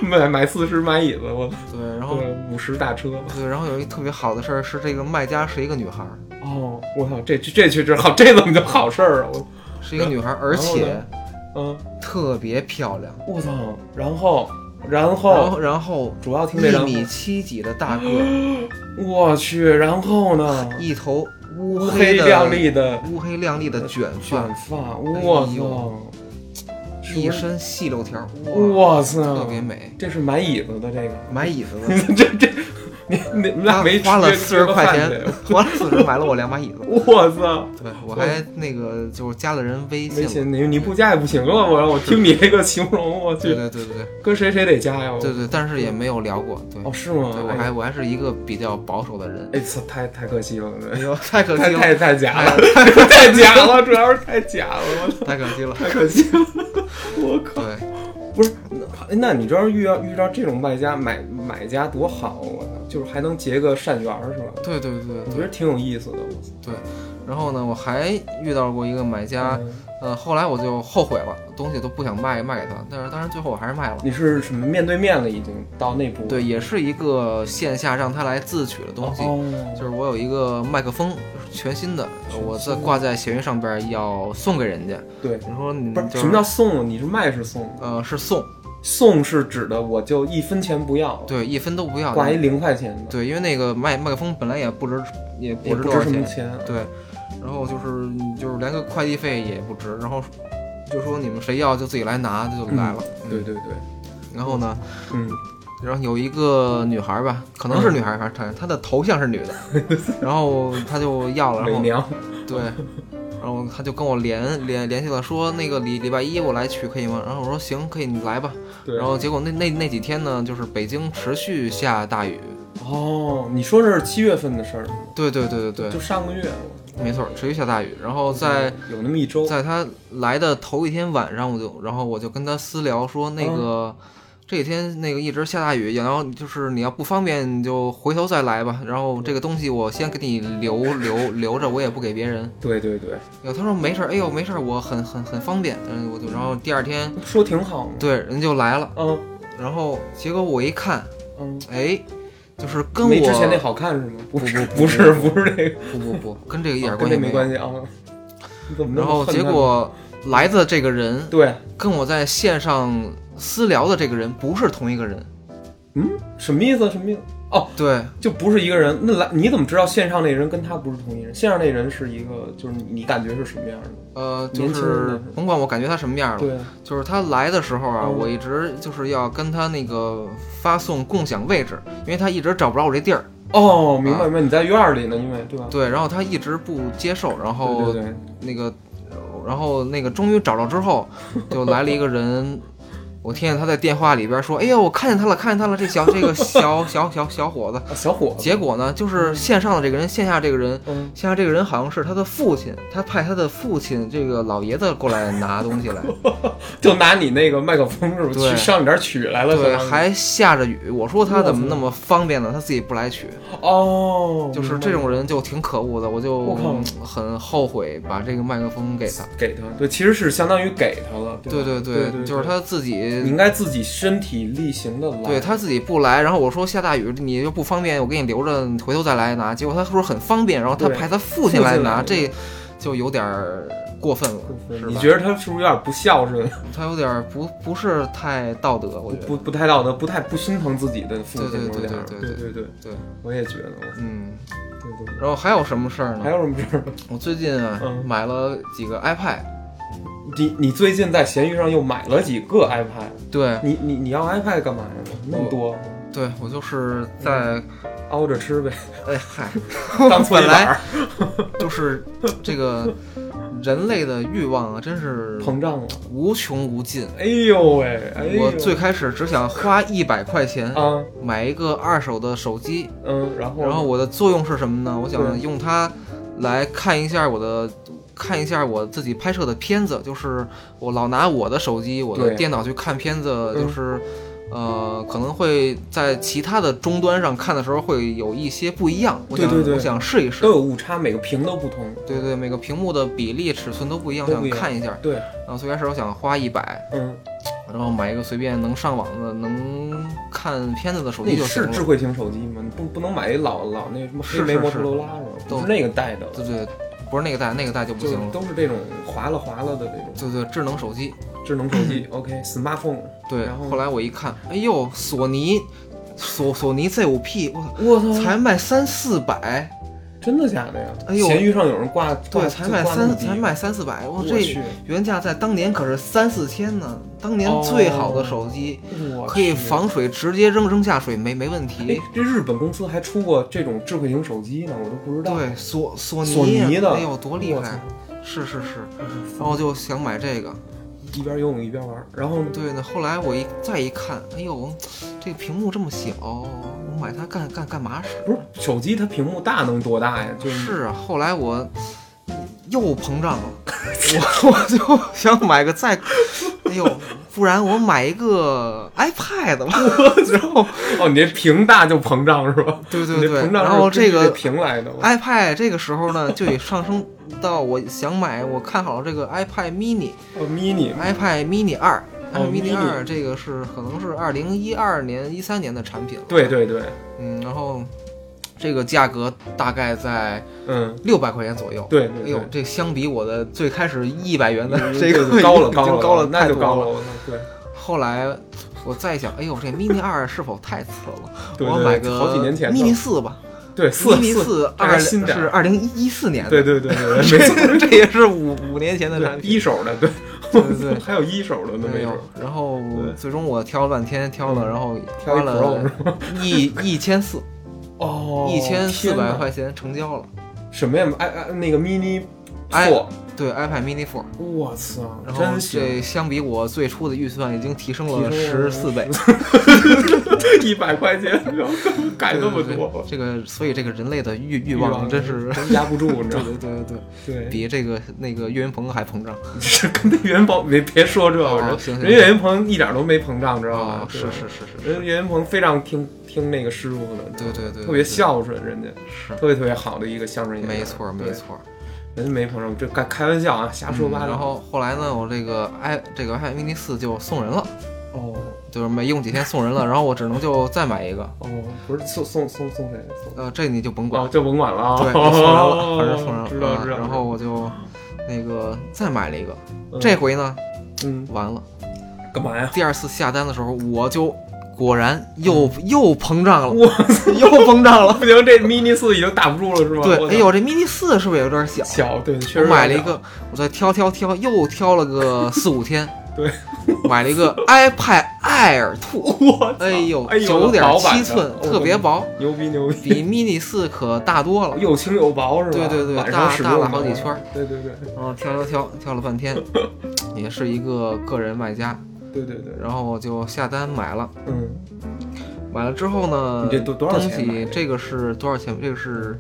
Speaker 1: 买买四十买椅子，我操，
Speaker 2: 对，然后
Speaker 1: 对五十打车。
Speaker 2: 对，然后有一特别好的事儿是，这个卖家是一个女孩儿，
Speaker 1: 哦，我操，这这这确实好，这怎么就好事儿啊？我，
Speaker 2: 是一个女孩儿，而且
Speaker 1: 嗯，
Speaker 2: 特别漂亮。
Speaker 1: 我操，然后然
Speaker 2: 然
Speaker 1: 后
Speaker 2: 后然后
Speaker 1: 哦主要听这
Speaker 2: 一
Speaker 1: 张，
Speaker 2: 米七几的大个儿，
Speaker 1: 我去，然后呢？
Speaker 2: 一头乌
Speaker 1: 乌黑
Speaker 2: 的
Speaker 1: 亮丽的
Speaker 2: 乌黑亮丽的卷发
Speaker 1: 卷，发，
Speaker 2: 哎
Speaker 1: 我
Speaker 2: 呦
Speaker 1: 操，
Speaker 2: 一身细柳条，哇，
Speaker 1: 我操，
Speaker 2: 特别美。
Speaker 1: 这是买椅子的这个，
Speaker 2: 买椅子的，
Speaker 1: 这这，你你们俩
Speaker 2: 花
Speaker 1: 没
Speaker 2: 花了
Speaker 1: 吃
Speaker 2: 四十块，
Speaker 1: 吃个
Speaker 2: 钱
Speaker 1: 饭，
Speaker 2: 花了四十买了我两把椅子。
Speaker 1: 去我操！
Speaker 2: 对，我还那个就是加了人微信
Speaker 1: 没
Speaker 2: 了。
Speaker 1: 钱，你你不加也不行啊！我我听你这个形容，我
Speaker 2: 对
Speaker 1: 去，
Speaker 2: 对对对对
Speaker 1: 跟谁谁得加呀？我
Speaker 2: 对对，但是也没有聊过。对，
Speaker 1: 哦，是吗
Speaker 2: 对？我
Speaker 1: 哎
Speaker 2: 还我还是一个比较保守的人。
Speaker 1: 哎操，太太可惜了，
Speaker 2: 哎
Speaker 1: 对
Speaker 2: 呦，太可
Speaker 1: 太
Speaker 2: 惜了，
Speaker 1: 太太假 了，太假了，主要是太假了，我操
Speaker 2: 太可惜了。
Speaker 1: 太可惜了，我靠！
Speaker 2: 对，
Speaker 1: 不是， 哎那那你知道遇到遇到这种卖家买买家多好，我操，就是还能结个善缘儿是吧？
Speaker 2: 对对对
Speaker 1: 我
Speaker 2: 对
Speaker 1: 觉得挺有意思的，我操。
Speaker 2: 对。然后呢，我还遇到过一个买家，
Speaker 1: 嗯
Speaker 2: 呃，后来我就后悔了，东西都不想卖卖给他，但是当然最后我还是卖了。
Speaker 1: 你是什么面对面了，已经到那步
Speaker 2: 对，也是一个线下让他来自取的东西，
Speaker 1: 哦，
Speaker 2: 就是我有一个麦克风，全新的，我在挂在闲鱼上边要送给人家。
Speaker 1: 对，
Speaker 2: 你说你
Speaker 1: 不是
Speaker 2: 就
Speaker 1: 什么叫送？啊你是卖是送？
Speaker 2: 呃是送，
Speaker 1: 送是指的我就一分钱不要，
Speaker 2: 对，一分都不要。
Speaker 1: 挂一零块钱的，
Speaker 2: 对，因为那个麦麦克风本来也不值，也
Speaker 1: 也
Speaker 2: 不值
Speaker 1: 不
Speaker 2: 多
Speaker 1: 值
Speaker 2: 少
Speaker 1: 什么
Speaker 2: 钱，
Speaker 1: 钱。嗯
Speaker 2: 对。然后就是就是连个快递费也不值，然后就说你们谁要就自己来拿，就来了。
Speaker 1: 嗯
Speaker 2: 嗯
Speaker 1: 对对对，
Speaker 2: 然后呢，
Speaker 1: 嗯，
Speaker 2: 然后有一个女孩吧，可能是女孩，反正她的头像是女的， 然后她就要了，然
Speaker 1: 伪
Speaker 2: 后
Speaker 1: 娘，
Speaker 2: 对，然后她就跟我联联联系了，说那个礼礼拜一我来取可以吗？然后我说行，可以，你来吧。
Speaker 1: 对，
Speaker 2: 然后结果那那那几天呢，就是北京持续下大雨，
Speaker 1: 哦，你说这是七月份的事儿吗，
Speaker 2: 对对对对对，
Speaker 1: 就上个月，
Speaker 2: 没错，持续下大雨。然后在
Speaker 1: 有那么一周，
Speaker 2: 在他来的头一天晚上，我就然后我就跟他私聊说，那个、
Speaker 1: 嗯
Speaker 2: 这几天那个一直下大雨，然后就是你要不方便你就回头再来吧。然后这个东西我先给你留 留留着，我也不给别人。
Speaker 1: 对对对，
Speaker 2: 然后他说没事儿，哎呦没事儿，我很很很方便。嗯，我就然后第二天
Speaker 1: 说挺好呢。
Speaker 2: 对人就来了，
Speaker 1: 嗯
Speaker 2: 然后结果我一看，
Speaker 1: 嗯，
Speaker 2: 哎，就是跟
Speaker 1: 没之前那
Speaker 2: 我
Speaker 1: 好看是吗？不
Speaker 2: 不
Speaker 1: 是
Speaker 2: 不
Speaker 1: 不是不是这个，
Speaker 2: 不不不 跟这个一
Speaker 1: 一
Speaker 2: 点关系
Speaker 1: 哦没
Speaker 2: 有。
Speaker 1: 关系啊。你怎么那
Speaker 2: 然
Speaker 1: 么
Speaker 2: 后
Speaker 1: 恨
Speaker 2: 结
Speaker 1: 他
Speaker 2: 果来的这个人
Speaker 1: 对，
Speaker 2: 跟我在线上私聊的这个人不是同一个人，
Speaker 1: 嗯，什么意思？什么意思？哦，
Speaker 2: 对，
Speaker 1: 就不是一个人。那来你怎么知道线上那人跟他不是同一人？线上那人是一个，就是你你感觉是什么样的？
Speaker 2: 呃，就
Speaker 1: 年轻人
Speaker 2: 是
Speaker 1: 的
Speaker 2: 甭管我感觉他什么样了，
Speaker 1: 对，
Speaker 2: 就是他来的时候啊，
Speaker 1: 嗯
Speaker 2: 我一直就是要跟他那个发送共享位置，因为他一直找不着我这地儿，
Speaker 1: 哦，明白
Speaker 2: 啊
Speaker 1: 明白，你在院儿里呢，因为对吧？
Speaker 2: 对，然后他一直不接受，然后
Speaker 1: 对对对，
Speaker 2: 那个，然后那个终于找着之 后，就来了一个人，我听见他在电话里边说：“哎呀，我看见他了，看见他了，这小这个小小小小伙子。
Speaker 1: 啊小伙”子，
Speaker 2: 结果呢，就是线上的这个人，线下这个人，
Speaker 1: 嗯，
Speaker 2: 线下这个人好像是他的父亲，他派他的父亲这个老爷子过来拿东西来，
Speaker 1: 就拿你那个麦克风是不是
Speaker 2: 对
Speaker 1: 去上你这儿取来了？
Speaker 2: 对，
Speaker 1: 相当于
Speaker 2: 还下着雨。我说他怎么
Speaker 1: 我操
Speaker 2: 那么方便呢？他自己不来取，
Speaker 1: 哦，
Speaker 2: 就是这种人就挺可恶的，我就
Speaker 1: 我靠
Speaker 2: 嗯很后悔把这个麦克风给他。
Speaker 1: 给他，对，其实是相当于给他了，对
Speaker 2: 对
Speaker 1: 吧对
Speaker 2: 对，就是，他自己
Speaker 1: 你应该自己身体力行的来，
Speaker 2: 对他自己不来，然后我说下大雨你又不方便，我给你留着，你回头再来拿。结果他说很方便，然后他
Speaker 1: 对
Speaker 2: 派他父亲来拿，
Speaker 1: 父亲
Speaker 2: 这就有点儿过分了，
Speaker 1: 对
Speaker 2: 是
Speaker 1: 你
Speaker 2: 吧？
Speaker 1: 觉得他是不是有点不孝顺，
Speaker 2: 他有点儿不不是太道德，我
Speaker 1: 不
Speaker 2: 觉得。
Speaker 1: 不不太道德，不太不心疼自己的父
Speaker 2: 对
Speaker 1: 亲
Speaker 2: 对
Speaker 1: 有
Speaker 2: 对
Speaker 1: 点儿，
Speaker 2: 对
Speaker 1: 对
Speaker 2: 对
Speaker 1: 对对，
Speaker 2: 对，
Speaker 1: 我也觉得，我
Speaker 2: 嗯。
Speaker 1: 对对对。
Speaker 2: 然后还有什么事儿
Speaker 1: 还
Speaker 2: 呢？
Speaker 1: 有什么 事儿吗？
Speaker 2: 我最近啊
Speaker 1: 嗯
Speaker 2: 买了几个 iPad，
Speaker 1: 你你最近在闲鱼上又买了几个 iPad？
Speaker 2: 对
Speaker 1: 你你你要 iPad 干嘛呀？那么多，
Speaker 2: 对，我就是在
Speaker 1: 熬着 吃呗，
Speaker 2: 哎嗨，
Speaker 1: 嗯当搓衣
Speaker 2: 本来
Speaker 1: 板儿
Speaker 2: 就是这个人类的欲望啊，真是
Speaker 1: 膨胀了。
Speaker 2: 无穷无尽。
Speaker 1: 哎呦喂，哎呦，
Speaker 2: 我最开始只想花一百块钱
Speaker 1: 啊
Speaker 2: 买一个二手的手机，
Speaker 1: 嗯，然后
Speaker 2: 然后我的作用是什么呢？我想
Speaker 1: 对
Speaker 2: 用它来看一下我的，看一下我自己拍摄的片子，就是我老拿我的手机、我的
Speaker 1: 对
Speaker 2: 电脑去看片子，
Speaker 1: 嗯
Speaker 2: 就是。呃，可能会在其他的终端上看的时候会有一些不一样，我
Speaker 1: 对
Speaker 2: 想
Speaker 1: 对对
Speaker 2: 我想试一
Speaker 1: 都
Speaker 2: 试，
Speaker 1: 有误差，每个屏都不同。
Speaker 2: 对对，每个屏幕的比例、尺寸都不一样，
Speaker 1: 都
Speaker 2: 想
Speaker 1: 不一样
Speaker 2: 看一下。
Speaker 1: 对，
Speaker 2: 然后最开始我想花一百，
Speaker 1: 嗯，
Speaker 2: 然后买一个随便能上网的、能看片子的手机
Speaker 1: 你
Speaker 2: 就行
Speaker 1: 是智
Speaker 2: 了。
Speaker 1: 慧型手机吗？你不不能买一老老那什么黑
Speaker 2: 是
Speaker 1: 莓
Speaker 2: 是
Speaker 1: 摩
Speaker 2: 是
Speaker 1: 托罗拉是吧？
Speaker 2: 都
Speaker 1: 不是那个带的，
Speaker 2: 对对，不是那个带，那个带就不
Speaker 1: 就
Speaker 2: 行
Speaker 1: 是
Speaker 2: 了。
Speaker 1: 都是这种划拉划拉的这种
Speaker 2: 对对，智能手机。
Speaker 1: 智能手 机。OK，smartphone。
Speaker 2: 对，
Speaker 1: 然后呢
Speaker 2: 后来我一看，哎呦，索尼，索索尼 Z 5 P，我操，
Speaker 1: 我
Speaker 2: 才卖三四百，
Speaker 1: 真的假的呀？
Speaker 2: 哎呦
Speaker 1: 闲鱼上有人挂，挂
Speaker 2: 对，才卖
Speaker 1: 挂那么
Speaker 2: 三
Speaker 1: 低
Speaker 2: 才卖三四百，我
Speaker 1: 我
Speaker 2: 这
Speaker 1: 去
Speaker 2: 原价在当年可是三四千呢，当年
Speaker 1: 哦
Speaker 2: 最好的手机。
Speaker 1: 我
Speaker 2: 可以
Speaker 1: 哦去
Speaker 2: 防水，直接扔扔下水没没问
Speaker 1: 哎
Speaker 2: 题。，
Speaker 1: 这日本公司还出过这种智慧型手机呢，我都不知道。
Speaker 2: 对，索索尼，
Speaker 1: 索尼的
Speaker 2: 哎呦多厉
Speaker 1: 我
Speaker 2: 害
Speaker 1: 操！
Speaker 2: 是是是，
Speaker 1: 然
Speaker 2: 然后就想买这个，
Speaker 1: 一边游泳一边玩，然后呢？
Speaker 2: 对呢，后来我一再一看，哎呦，这个屏幕这么小，我买它干干干嘛使？
Speaker 1: 不是手机，它屏幕大能多大呀？就是
Speaker 2: 啊，后来我又膨 胀了，我我就想买个再，哎呦，不然我买一个 iPad 吧。然后，
Speaker 1: 哦，你这屏大就膨胀是吧？
Speaker 2: 对
Speaker 1: 你
Speaker 2: 对
Speaker 1: 这
Speaker 2: 对，
Speaker 1: 膨胀是
Speaker 2: 然后
Speaker 1: 根据
Speaker 2: 这个哎
Speaker 1: 屏来的。我
Speaker 2: iPad 这个时候呢，就得上升到我想买，我看好了这个 iPad mini。
Speaker 1: 哦，mini
Speaker 2: iPad mini 二、
Speaker 1: 哦
Speaker 2: i p a d
Speaker 1: mini
Speaker 2: mini 二这个是可能是二零一二年、一三年的产品了。
Speaker 1: 对，对对，
Speaker 2: 嗯，然后这个价格大概在
Speaker 1: 嗯，
Speaker 2: 六百块钱左右。
Speaker 1: 对对
Speaker 2: 哎
Speaker 1: 对。
Speaker 2: 呦，这相比我的最开始一百元的
Speaker 1: 嗯
Speaker 2: 这个
Speaker 1: 就高了，
Speaker 2: 已经
Speaker 1: 高了，
Speaker 2: 高了，
Speaker 1: 那就高
Speaker 2: 了。
Speaker 1: 了。我操对
Speaker 2: 后来我再想，哎呦，这 mini 二是否太次了？
Speaker 1: 对
Speaker 2: 我
Speaker 1: 对，
Speaker 2: 买
Speaker 1: 对
Speaker 2: 个
Speaker 1: 好几年前的
Speaker 2: mini 四吧
Speaker 1: 对四
Speaker 2: ，mini
Speaker 1: 四，
Speaker 2: 四
Speaker 1: 这还
Speaker 2: 二
Speaker 1: 新点儿
Speaker 2: 是二零一四年的，
Speaker 1: 对对对对，对没错，
Speaker 2: 这也是五五年前的产
Speaker 1: 对
Speaker 2: 品。
Speaker 1: 一手的，对
Speaker 2: 对对对
Speaker 1: 还有一手的呢，
Speaker 2: 没
Speaker 1: 没
Speaker 2: 有
Speaker 1: 准。
Speaker 2: 然后
Speaker 1: 对
Speaker 2: 最终我挑了半天，挑了，
Speaker 1: 嗯
Speaker 2: 然后
Speaker 1: 挑一
Speaker 2: 花
Speaker 1: Pro
Speaker 2: 了
Speaker 1: 是吧？
Speaker 2: 一一千四，
Speaker 1: 哦，
Speaker 2: 一千四
Speaker 1: 天
Speaker 2: 百
Speaker 1: 哪
Speaker 2: 块钱成交了。
Speaker 1: 什么呀？哎哎，那个 mini
Speaker 2: 哎
Speaker 1: four，
Speaker 2: 对 iPad mini four，
Speaker 1: 我操，
Speaker 2: 然后
Speaker 1: 真行，
Speaker 2: 这相比我最初的预算已经提升了
Speaker 1: 提升了
Speaker 2: 十四倍，
Speaker 1: 一百块钱， 然后改那么
Speaker 2: 对对对
Speaker 1: 多，
Speaker 2: 这个所以这个人类的欲欲望真是，
Speaker 1: 真压不住，你知
Speaker 2: 对
Speaker 1: 道吗？
Speaker 2: 对对 对，
Speaker 1: 对，
Speaker 2: 比这个那个岳云鹏还膨胀。
Speaker 1: 是 跟那岳云鹏别别说这个，
Speaker 2: 哦
Speaker 1: 人
Speaker 2: 行行
Speaker 1: 人岳云鹏一点都没膨胀，知道
Speaker 2: 哦
Speaker 1: 吧，？
Speaker 2: 是是是是
Speaker 1: 啊对，哎人
Speaker 2: 是，
Speaker 1: 岳云呃鹏非常听听那个师傅的，
Speaker 2: 对对对，
Speaker 1: 特别
Speaker 2: 对，
Speaker 1: 孝顺，人家
Speaker 2: 是
Speaker 1: 特别特别好的一个相声演员，
Speaker 2: 没错
Speaker 1: 对
Speaker 2: 没，错。
Speaker 1: 人家没膨胀，这开开玩笑啊，瞎说
Speaker 2: 嗯
Speaker 1: 八道。
Speaker 2: 然后后来呢，我这个 i 这个 iPad mini 四就送人了。
Speaker 1: 哦
Speaker 2: 就是没用几天送人了，然后我只能就再买一个。
Speaker 1: 哦，不是送送送送谁？送
Speaker 2: 呃，这你就甭管，
Speaker 1: 哦，这甭管了啊，
Speaker 2: 对，
Speaker 1: 哦
Speaker 2: 送人了，反正送人了。
Speaker 1: 知道
Speaker 2: 嗯
Speaker 1: 知道。
Speaker 2: 然后我就那个再买了一个，
Speaker 1: 嗯
Speaker 2: 这回呢
Speaker 1: 嗯，
Speaker 2: 完了，
Speaker 1: 干嘛呀？
Speaker 2: 第二次下单的时候我就果然又
Speaker 1: 嗯
Speaker 2: 又膨胀了， 又膨胀了。
Speaker 1: 不行，这 mini 四已经打不住 了，是吧？
Speaker 2: 对，
Speaker 1: 我
Speaker 2: 哎
Speaker 1: 操
Speaker 2: 呦，这 mini 四是不是有点小？
Speaker 1: 小，对，确
Speaker 2: 我
Speaker 1: 实
Speaker 2: 买了
Speaker 1: 有
Speaker 2: 一
Speaker 1: 点
Speaker 2: 个，我再挑挑挑，又挑了 个四五天。
Speaker 1: 对，
Speaker 2: 买了 一个 iPad Air
Speaker 1: 我
Speaker 2: Two，
Speaker 1: 操
Speaker 2: 哎呦
Speaker 1: 哎，呦
Speaker 2: 九点
Speaker 1: 薄版
Speaker 2: 七
Speaker 1: 的
Speaker 2: 寸，
Speaker 1: 我
Speaker 2: 特别薄，
Speaker 1: 哦牛逼牛逼，
Speaker 2: 比 mini 四可大多 了。
Speaker 1: 又轻又薄是吧？
Speaker 2: 对对对
Speaker 1: 晚上
Speaker 2: 大
Speaker 1: 使
Speaker 2: 大
Speaker 1: 用
Speaker 2: 了好
Speaker 1: 的
Speaker 2: 几圈儿
Speaker 1: 对对对
Speaker 2: 然后挑挑挑挑了半 天，也是一个个人卖家，
Speaker 1: 对对对，
Speaker 2: 然后我就下单买了。
Speaker 1: 嗯，
Speaker 2: 买了之后呢，
Speaker 1: 你这多多少钱
Speaker 2: 东
Speaker 1: 买
Speaker 2: 西
Speaker 1: 的
Speaker 2: 这个是多少钱？这个是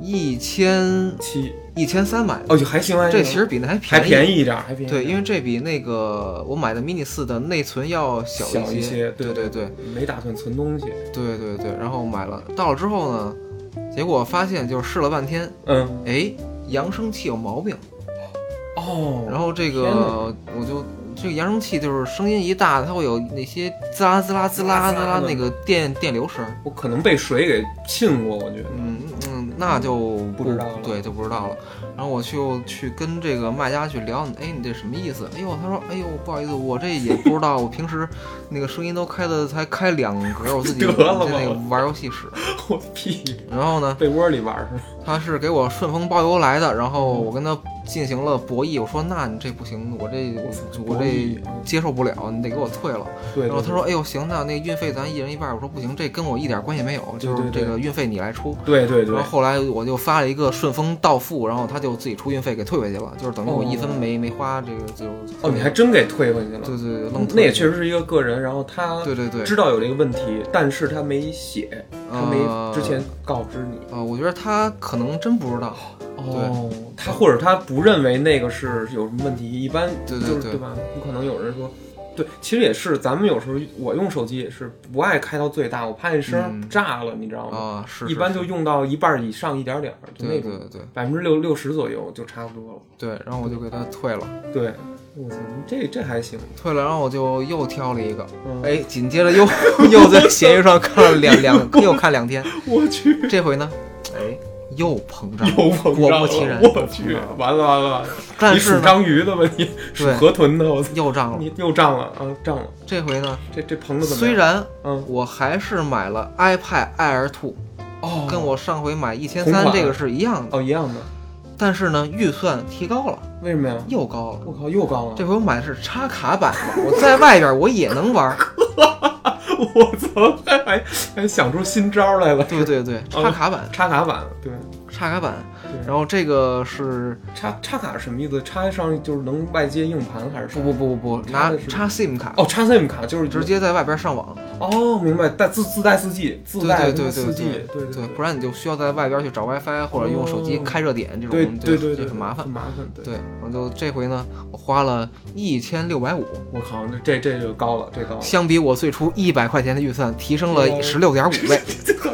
Speaker 2: 一千
Speaker 1: 七
Speaker 2: 一千三买的，
Speaker 1: 哦，还行还行，
Speaker 2: 这其实比那还便
Speaker 1: 还
Speaker 2: 宜。
Speaker 1: 便宜一点儿，还便宜
Speaker 2: 对，因为这比那个我买的 mini 四的内存要小
Speaker 1: 小一
Speaker 2: 些
Speaker 1: 些。
Speaker 2: 对
Speaker 1: 对
Speaker 2: 对对
Speaker 1: 为没打算存东西，
Speaker 2: 对对对。然后买了，到了之后呢，结果发现就试了半天，
Speaker 1: 嗯
Speaker 2: 哎，扬声器有毛病。
Speaker 1: 哦，
Speaker 2: 然后这
Speaker 1: 天
Speaker 2: 个我就这个扬声器就是声音一大，它会有那些滋啦滋啦滋啦滋啦
Speaker 1: 滋啦
Speaker 2: 那个电电流声。
Speaker 1: 我可能被水给浸过，我觉得
Speaker 2: 嗯嗯，那就不
Speaker 1: 不知道了
Speaker 2: 对，就不知道了。然后我就去跟这个卖家去聊，哎，你这什么意思？哎呦，他说，哎呦，不好意思，我这也不知道，我平时那个声音都开的才开两格，我自己
Speaker 1: 得
Speaker 2: 在
Speaker 1: 了吧
Speaker 2: 那个玩游戏使。
Speaker 1: 我屁，
Speaker 2: 然后呢，
Speaker 1: 被窝里玩儿是吧？
Speaker 2: 他是给我顺丰包邮来的，然后我跟他进行了博弈，我说，那你这不行，我这我我
Speaker 1: 博
Speaker 2: 这
Speaker 1: 弈
Speaker 2: 接受不了，你得给我退了。
Speaker 1: 对，
Speaker 2: 然后他
Speaker 1: 对
Speaker 2: 说，哎呦，行，那那运费咱一人一半。我说不行，这跟我一点关系没有，
Speaker 1: 对
Speaker 2: 就是
Speaker 1: 对
Speaker 2: 这
Speaker 1: 对
Speaker 2: 个运费你来出。
Speaker 1: 对对对
Speaker 2: 然后后来我就发了一个顺丰到付，然后他就自己出运费给退回去了，就是等于我一分没、没花，这个就
Speaker 1: 哦，你还真给退回去了，
Speaker 2: 对对对愣退
Speaker 1: 那也确实是一个个人，然后他
Speaker 2: 对对对
Speaker 1: 知道有这个问题，但是他没写，他
Speaker 2: 呃
Speaker 1: 没之前告知你。
Speaker 2: 啊、我觉得他可能真不知道，
Speaker 1: 哦，他或者他不认为那个是有什么问题，一般就
Speaker 2: 对
Speaker 1: 是
Speaker 2: 对对
Speaker 1: 吧？不可能有人说，对，其实也是，咱们有时候我用手机也是不爱开到最大，我怕那声
Speaker 2: 嗯
Speaker 1: 炸了，你知道吗？
Speaker 2: 啊、是
Speaker 1: 哦一般
Speaker 2: 是
Speaker 1: 就用到一半以上一点点儿，就那
Speaker 2: 对
Speaker 1: 种
Speaker 2: 对对
Speaker 1: 百分之六六十左右就差不多了。
Speaker 2: 对，然后我就给他退了，
Speaker 1: 对，我操，你这这还行，
Speaker 2: 退了，然后我就又挑了一个，
Speaker 1: 嗯，
Speaker 2: 哎，紧接 着又又在闲鱼上看了两两又看两天，
Speaker 1: 我去，
Speaker 2: 这回呢，哎，又膨胀
Speaker 1: 又
Speaker 2: 了，
Speaker 1: 膨
Speaker 2: 果
Speaker 1: 胀
Speaker 2: 不其然嗯
Speaker 1: 了，我去，完了完了完了，
Speaker 2: 但
Speaker 1: 你
Speaker 2: 是
Speaker 1: 属
Speaker 2: 呢
Speaker 1: 章鱼的吧？你属
Speaker 2: 对
Speaker 1: 河豚的，我操，
Speaker 2: 又涨了，
Speaker 1: 你又胀了啊，胀了，
Speaker 2: 这回呢，
Speaker 1: 这这棚子怎么
Speaker 2: 虽
Speaker 1: 样？
Speaker 2: 然
Speaker 1: 嗯，
Speaker 2: 我还是买了 iPad Air Two。
Speaker 1: 哦，
Speaker 2: 跟我上回买一千
Speaker 1: 同
Speaker 2: 三
Speaker 1: 款
Speaker 2: 这个是一样的，
Speaker 1: 哦一样的，
Speaker 2: 但是呢，预算提高了，
Speaker 1: 为什么呀？
Speaker 2: 又高了。
Speaker 1: 我靠，又高了！
Speaker 2: 这回我买的是插卡版的， 我在外边我也能玩。
Speaker 1: 我操，还还还想出新招来了，
Speaker 2: 对对对，插卡版，
Speaker 1: 插卡版，对，
Speaker 2: 插卡版。
Speaker 1: 哦对
Speaker 2: 然后这个是
Speaker 1: 插插卡是什么意思？插上就是能外接硬盘还是什
Speaker 2: 不
Speaker 1: 么？
Speaker 2: 不不不不，拿
Speaker 1: 插的是
Speaker 2: 插 SIM 卡，
Speaker 1: 哦，插 SIM 卡就是
Speaker 2: 直接在外边上网。
Speaker 1: 哦，明白，带自自带四 G，自带
Speaker 2: 对对对
Speaker 1: 四 G，
Speaker 2: 对
Speaker 1: 对
Speaker 2: 对，不然你就需要在外边去找 WiFi 或者用手机
Speaker 1: 哦嗯
Speaker 2: 开热点这种，
Speaker 1: 对对对
Speaker 2: 就
Speaker 1: 对，
Speaker 2: 很麻烦
Speaker 1: 很。麻烦，对。
Speaker 2: 对，我就这回呢，我花了一千六百五，
Speaker 1: 我靠，那这这就高了，这高了。
Speaker 2: 相比我最初一百块钱的预算，提升了
Speaker 1: 哦
Speaker 2: 十六点五倍。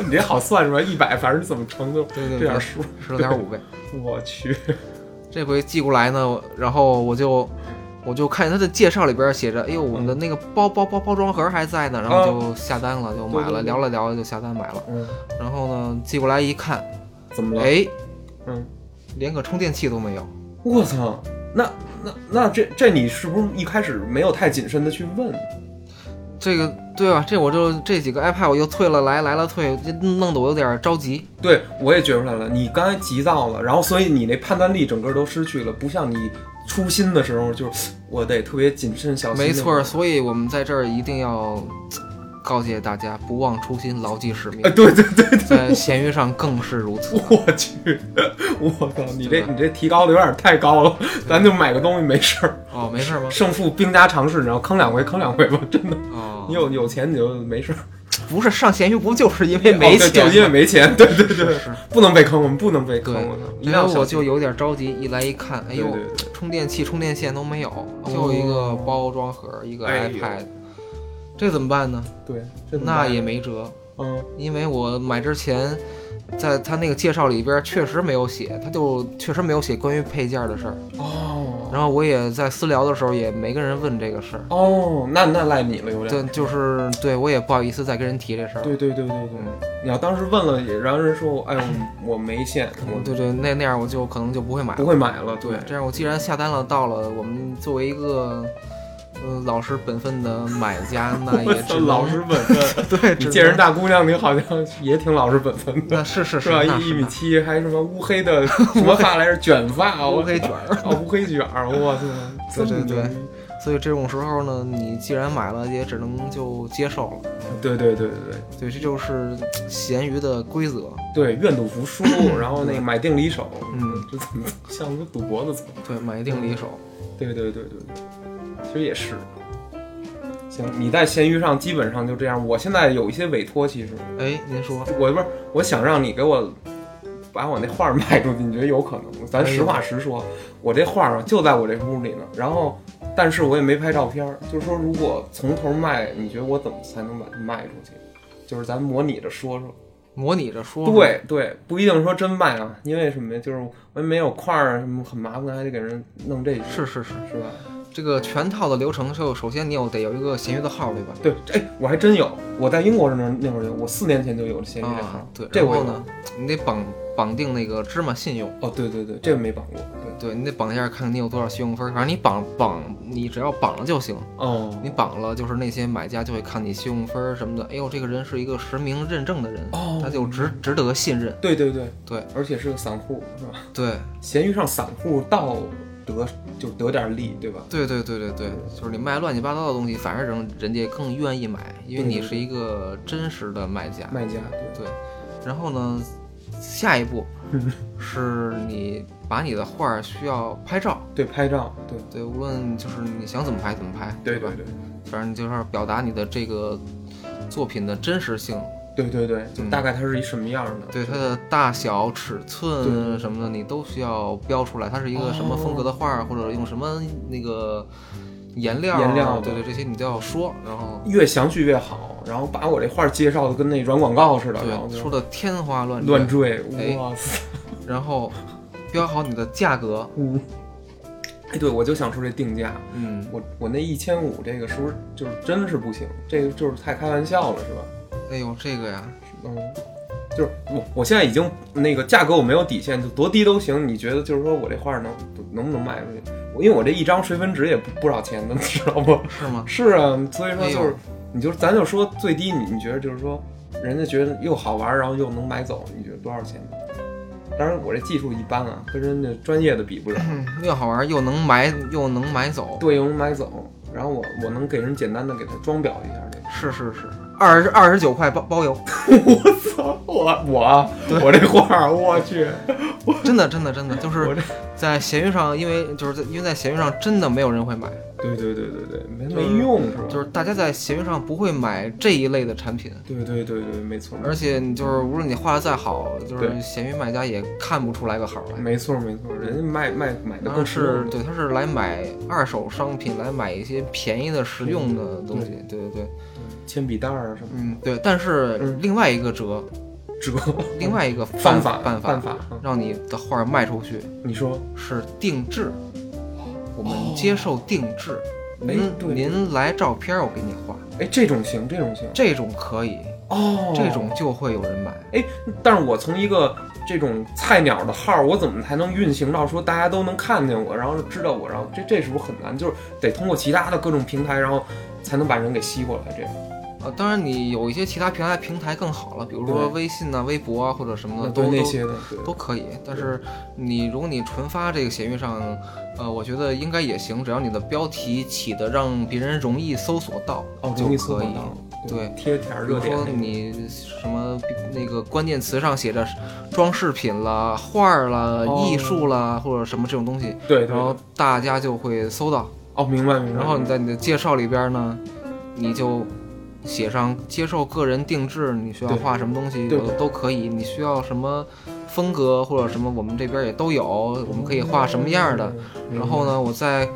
Speaker 1: 你这好算出来，一百反正怎么乘都
Speaker 2: 对
Speaker 1: 这
Speaker 2: 对对
Speaker 1: 点，数。
Speaker 2: 十六点五倍。
Speaker 1: 我去，
Speaker 2: 这回寄过来呢，我然后我就我就看见他的介绍里边写着，哎呦，
Speaker 1: 嗯
Speaker 2: 我们的那个包包包包装盒还在呢，然后就下单了，就买
Speaker 1: 啊对
Speaker 2: 了，
Speaker 1: 对对
Speaker 2: 聊了聊就下单买了。
Speaker 1: 嗯，
Speaker 2: 然后呢，寄过来一看，
Speaker 1: 怎么了？
Speaker 2: 哎，
Speaker 1: 嗯，
Speaker 2: 连个充电器都没有。
Speaker 1: 我操，那那那这这你是不是一开始没有太谨慎的去问？
Speaker 2: 这个对吧？这我就这几个 iPad 我又退了来，来了退，这弄得我有点着急。
Speaker 1: 对，我也觉出来了，你刚才急躁了，然后所以你那判断力整个都失去了，不像你初心的时候，就是我得特别谨慎小心。
Speaker 2: 没错，，所以我们在这儿一定要嘖告诫大家，不忘初心，牢记使
Speaker 1: 哎，
Speaker 2: 命。
Speaker 1: 对对对，
Speaker 2: 在闲鱼上更是如 此。
Speaker 1: 我去，我操，你
Speaker 2: 对
Speaker 1: 这
Speaker 2: 吧
Speaker 1: 你这提高的有点太高了，咱就买个东西没事儿，
Speaker 2: 哦，没事吗？
Speaker 1: 胜负兵家常事，你知道，坑两回坑两回吧，真的，
Speaker 2: 哦，
Speaker 1: 你有有钱你就没事儿，
Speaker 2: 不是上闲鱼，不就是因为没
Speaker 1: 哦对
Speaker 2: 钱吗？
Speaker 1: 就因为没钱，对对对
Speaker 2: 是，
Speaker 1: 不能被坑，我们不能被坑，
Speaker 2: 对
Speaker 1: 我操，一定
Speaker 2: 然
Speaker 1: 要
Speaker 2: 后我
Speaker 1: 小心
Speaker 2: 就有点着急，一来一看，哎呦，
Speaker 1: 对对对哦
Speaker 2: 充电器、充电线都没有，就一个包装盒，一个
Speaker 1: 哎呦
Speaker 2: iPad，、这怎么办呢？
Speaker 1: 对，这怎么
Speaker 2: 那
Speaker 1: 办
Speaker 2: 也没辙，
Speaker 1: 嗯。
Speaker 2: 因为我买之前，在他那个介绍里边确实没有写，他就确实没有写关于配件的事儿。
Speaker 1: 哦
Speaker 2: 然后我也在私聊的时候也没跟人问这个事儿，
Speaker 1: 哦，那那赖你了，有点。
Speaker 2: 对，就是对我也不好意思再跟人提这事儿。
Speaker 1: 对对对对对，嗯你要当时问了，也让人说，哎我我没线，我
Speaker 2: 对对，那那样我就可能就不会买了
Speaker 1: 不。会买了。对，
Speaker 2: 这样我既然下单了，到了我们作为一个呃老实本分的买家，那
Speaker 1: 我
Speaker 2: 也
Speaker 1: 操
Speaker 2: 只 能
Speaker 1: 老实本分。
Speaker 2: 对，只
Speaker 1: 你见人
Speaker 2: 能
Speaker 1: 大姑娘，你好像也挺老实本分 的，
Speaker 2: 那是是
Speaker 1: 是吧？一
Speaker 2: 那
Speaker 1: 一
Speaker 2: 是
Speaker 1: 米
Speaker 2: 那
Speaker 1: 七，还什么乌黑的什么发来着？卷 发，
Speaker 2: 乌
Speaker 1: 我
Speaker 2: 黑卷儿。
Speaker 1: 哦，乌黑卷儿，我操，
Speaker 2: 对
Speaker 1: 这么
Speaker 2: 对对
Speaker 1: 牛逼
Speaker 2: 所以这种时候呢，你既然买了，也只能就接受了。
Speaker 1: 对对对对对。
Speaker 2: 对，这就是咸鱼的规则。
Speaker 1: 对，愿赌服 输，然后那个买定离手，
Speaker 2: 嗯，
Speaker 1: 这怎么像个赌博的词？
Speaker 2: 对，买一定离手。
Speaker 1: 对对对对对，其实也是。行，你在闲鱼上基本上就这样。我现在有一些委托，其实
Speaker 2: 哎，您说，
Speaker 1: 我不是我想让你给我把我那画儿卖出去，你觉得有可能吗？咱
Speaker 2: 哎呦
Speaker 1: 实话实说，我这画儿啊就在我这屋里呢。然后，但是我也没拍照片儿，就是说如果从头卖，你觉得我怎么才能把它卖出去？就是咱模拟着说说。
Speaker 2: 模拟着说，，
Speaker 1: 对对，不一定说真卖啊，因为什么呀？就是我也没有块儿啊，什么很麻烦，还得给人弄这些，
Speaker 2: 是是是，
Speaker 1: 是吧？
Speaker 2: 这个全套的流程就首先你有得有一个咸鱼的号，对吧？
Speaker 1: 对，哎，我还真有，我在英国那那会儿有，我四年前就有了闲鱼这号
Speaker 2: 啊，，对，
Speaker 1: 这
Speaker 2: 然
Speaker 1: 我
Speaker 2: 后
Speaker 1: 有
Speaker 2: 呢，你得绑绑定那个芝麻信用，
Speaker 1: 哦，对对对，这个没绑过，对，
Speaker 2: 对你得绑一下，看看你有多少信用分儿。反正你绑绑，你只要绑了就行。
Speaker 1: 哦
Speaker 2: 你绑了，就是那些买家就会看你信用分儿什么的。哎呦，这个人是一个实名认证的人，
Speaker 1: 哦
Speaker 2: 他就值值得信任。
Speaker 1: 对对对
Speaker 2: 对，
Speaker 1: 而且是个散户，是吧？
Speaker 2: 对，
Speaker 1: 闲鱼上散户倒得就得点利，对吧？
Speaker 2: 对对对对对，就是你卖乱七八糟的东西，反而人人家更愿意买，因为
Speaker 1: 对对
Speaker 2: 你
Speaker 1: 对
Speaker 2: 是一个真实的卖家。
Speaker 1: 卖家，对
Speaker 2: 然后呢，下一步
Speaker 1: 嗯
Speaker 2: 是你把你的画儿需要拍照，
Speaker 1: 对，拍照，对
Speaker 2: 对，无论就是你想怎么拍怎么拍，吧？
Speaker 1: 对
Speaker 2: 反正你就是要表达你的这个作品的真实性，
Speaker 1: 对对对，就
Speaker 2: 嗯
Speaker 1: 大概它是一什么样的？
Speaker 2: 对它的大小、尺寸
Speaker 1: 对
Speaker 2: 什么的，你都需要标出来。它是一个什么风格的画儿，或者用什么那个颜料儿，啊
Speaker 1: 颜料
Speaker 2: 对对，这些你都要说。然后
Speaker 1: 越详细越好，然后把我这画介绍的跟那软广告似的，然后
Speaker 2: 对，
Speaker 1: 就
Speaker 2: 说的天花乱
Speaker 1: 乱坠，
Speaker 2: 哎
Speaker 1: 哇塞！
Speaker 2: 然后标好你的价格，
Speaker 1: 嗯， 哎，对，我就想说这定价，
Speaker 2: 嗯，
Speaker 1: 我我那一千五这个是不是就是真是不行？这个就是太开玩笑了，是吧？
Speaker 2: 哎呦这个呀，
Speaker 1: 嗯，就是我我现在已经那个价格我没有底线，就多低都行。你觉得就是说我这画能能不能卖出去？我因为我这一张水粉纸也不不少钱 的，你知道不？
Speaker 2: 是吗？
Speaker 1: 是啊，所以说就
Speaker 2: 哎
Speaker 1: 是、
Speaker 2: 呦
Speaker 1: 你就是咱就说最低你你觉得就是说人家觉得又好玩，然后又能买走，你觉得多少钱？当然我这技术一般啊，跟人家专业的比 不了。
Speaker 2: 嗯又好玩儿又能买又能买走，
Speaker 1: 对，又能买走，然后我我能给人简单的给他装裱一下这个。
Speaker 2: 是是是，二十二十九块包包邮，
Speaker 1: 操， 我我我这画儿，我去，
Speaker 2: 真的真的真的就
Speaker 1: 我
Speaker 2: 是
Speaker 1: 这
Speaker 2: 在闲鱼上，因为就是在因为在闲鱼上真的没有人会买，
Speaker 1: 对对对对对，没
Speaker 2: 就是
Speaker 1: 没用是吧？
Speaker 2: 就是大家在闲鱼上不会买这一类的产品。
Speaker 1: 对对对对，没错，
Speaker 2: 而且你就是无论你画的再好，就是
Speaker 1: 对
Speaker 2: 闲鱼卖家也看不出来个好来。
Speaker 1: 没错没错，人家卖卖买的
Speaker 2: 然
Speaker 1: 更
Speaker 2: 后是对，他是来买二手商品，来买一些便宜的实用的东西。
Speaker 1: 嗯
Speaker 2: 对对对，
Speaker 1: 铅笔袋儿啊什么
Speaker 2: 嗯对。但是
Speaker 1: 嗯
Speaker 2: 另外一个辙，
Speaker 1: 折
Speaker 2: 另外一个
Speaker 1: 方
Speaker 2: 法
Speaker 1: 法
Speaker 2: 办
Speaker 1: 办法，嗯
Speaker 2: 让你的画儿卖出去
Speaker 1: 你说
Speaker 2: 是定制，我
Speaker 1: 哦
Speaker 2: 们接受定制。
Speaker 1: 哎
Speaker 2: 您
Speaker 1: 对
Speaker 2: 嗯您来照片，我给你画，
Speaker 1: 哎这种行这种行
Speaker 2: 这种可以，
Speaker 1: 哦
Speaker 2: 这种就会有人买。
Speaker 1: 哎，但是我从一个这种菜鸟的号儿，我怎么才能运行到说大家都能看见我，然后知道我，然后这这是不是很难？就是得通过其他的各种平台，然后才能把人给吸过来。这样，
Speaker 2: 呃，当然你有一些其他平台平台更好了，比如说
Speaker 1: 对
Speaker 2: 微信呐、微博啊或者什么
Speaker 1: 那
Speaker 2: 的，
Speaker 1: 对
Speaker 2: 都
Speaker 1: 那
Speaker 2: 都
Speaker 1: 些的，对
Speaker 2: 都可以。但是你如果你纯发这个闲鱼上，呃，我觉得应该也行，只要你的标题起的让别人容易搜索到，
Speaker 1: 哦，
Speaker 2: 就
Speaker 1: 容易搜
Speaker 2: 可
Speaker 1: 索
Speaker 2: 以。
Speaker 1: 到，
Speaker 2: 对
Speaker 1: 贴条
Speaker 2: 比
Speaker 1: 热
Speaker 2: 如
Speaker 1: 点
Speaker 2: 说
Speaker 1: 那个，
Speaker 2: 你什么那个关键词上写着装饰品啦、画儿啦、
Speaker 1: 哦
Speaker 2: 艺术啦，或者什么这种东西，
Speaker 1: 对对
Speaker 2: 然后
Speaker 1: 对，
Speaker 2: 大家就会搜到。
Speaker 1: 哦，明白明白。
Speaker 2: 然后你在你的介绍里边呢，你就写上接受个人定制，你需要
Speaker 1: 对
Speaker 2: 画什么东西
Speaker 1: 对
Speaker 2: 我都可以，你需要什么风格或者什么，我们这边也都有，我们可以画什么样的。
Speaker 1: 嗯？
Speaker 2: 然后呢，我再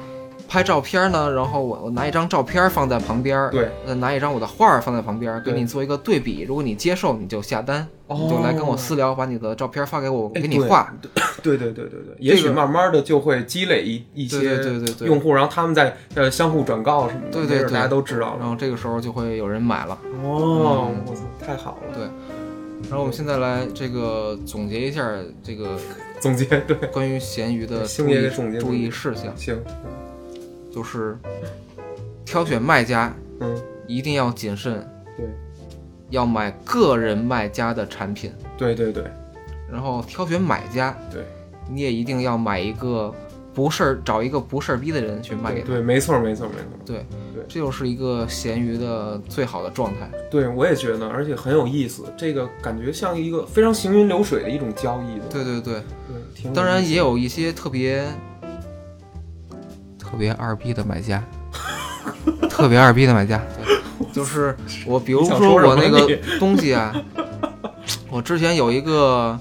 Speaker 2: 拍照片呢，然后我我拿一张照片放在旁边，
Speaker 1: 嗯？，对，
Speaker 2: 再拿一张我的画儿放在旁边，给
Speaker 1: 对
Speaker 2: 你做一个对比。如果你接受，你就下单，
Speaker 1: 哦
Speaker 2: 你就来跟我私聊，把你的照片发给我，我
Speaker 1: 哎
Speaker 2: 给你
Speaker 1: 对
Speaker 2: 画。
Speaker 1: 对对对对对，也许慢慢的就会积累一一
Speaker 2: 对对
Speaker 1: 些
Speaker 2: 对对对。
Speaker 1: 用户，然后他们再呃相互转告什么的，
Speaker 2: 对对
Speaker 1: 没准
Speaker 2: 对
Speaker 1: 大家都知道
Speaker 2: 然
Speaker 1: 了。
Speaker 2: 后这个时候就会有人买了。
Speaker 1: 哦
Speaker 2: 嗯，
Speaker 1: 我操，太好了！
Speaker 2: 然后我们现在来这个总结一下 这个
Speaker 1: 总结对，
Speaker 2: 关于咸鱼的
Speaker 1: 星
Speaker 2: 注
Speaker 1: 爷
Speaker 2: 意
Speaker 1: 给总结
Speaker 2: 注意事项，
Speaker 1: 行，
Speaker 2: 就是挑选卖家
Speaker 1: 嗯，
Speaker 2: 一定要谨慎，
Speaker 1: 对，
Speaker 2: 要买个人卖家的产品，
Speaker 1: 对对对
Speaker 2: 然后挑选买家，
Speaker 1: 对，
Speaker 2: 你也一定要买一个不事儿找一个不事儿逼的人去卖给
Speaker 1: 对
Speaker 2: 他，
Speaker 1: 对，没错没错没错。
Speaker 2: 这就是一个闲鱼的最好的状态。
Speaker 1: 对，我也觉得，而且很有意思，这个感觉像一个非常行云流水的一种交易的。
Speaker 2: 对对对，
Speaker 1: 对，挺有
Speaker 2: 当然
Speaker 1: 意思
Speaker 2: 也有一些特别特别二逼的买家，特别二逼的买家，对就是我，比如
Speaker 1: 你想说
Speaker 2: 说
Speaker 1: 什
Speaker 2: 我
Speaker 1: 么
Speaker 2: 那个
Speaker 1: 你
Speaker 2: 东西啊，我之前有一个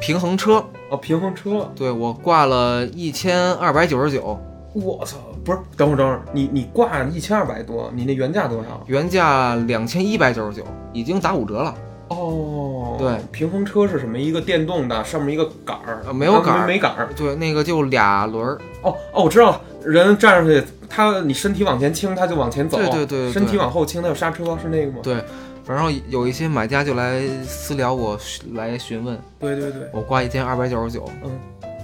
Speaker 2: 平衡车，
Speaker 1: 哦，平衡车，
Speaker 2: 对我挂了一千二百九十九，
Speaker 1: 我操，不是，等会儿等会儿，你你挂一千二百多，你那原价多少？
Speaker 2: 原价两千一百九十九，已经打五折了。
Speaker 1: 哦，
Speaker 2: 对，
Speaker 1: 平衡车是什么？一个电动的，上面一个杆儿、
Speaker 2: 啊没有杆儿
Speaker 1: 没没杆儿。
Speaker 2: 对，那个就俩轮儿，
Speaker 1: 哦哦，我知道了，人站上去，他你身体往前倾，他就往前走；
Speaker 2: 对对对对
Speaker 1: 身体往后倾，他有刹车，是那个吗？
Speaker 2: 对。然后有一些买家就来私聊我，来询问
Speaker 1: 对对对，
Speaker 2: 我挂一千二百九十九，
Speaker 1: 嗯，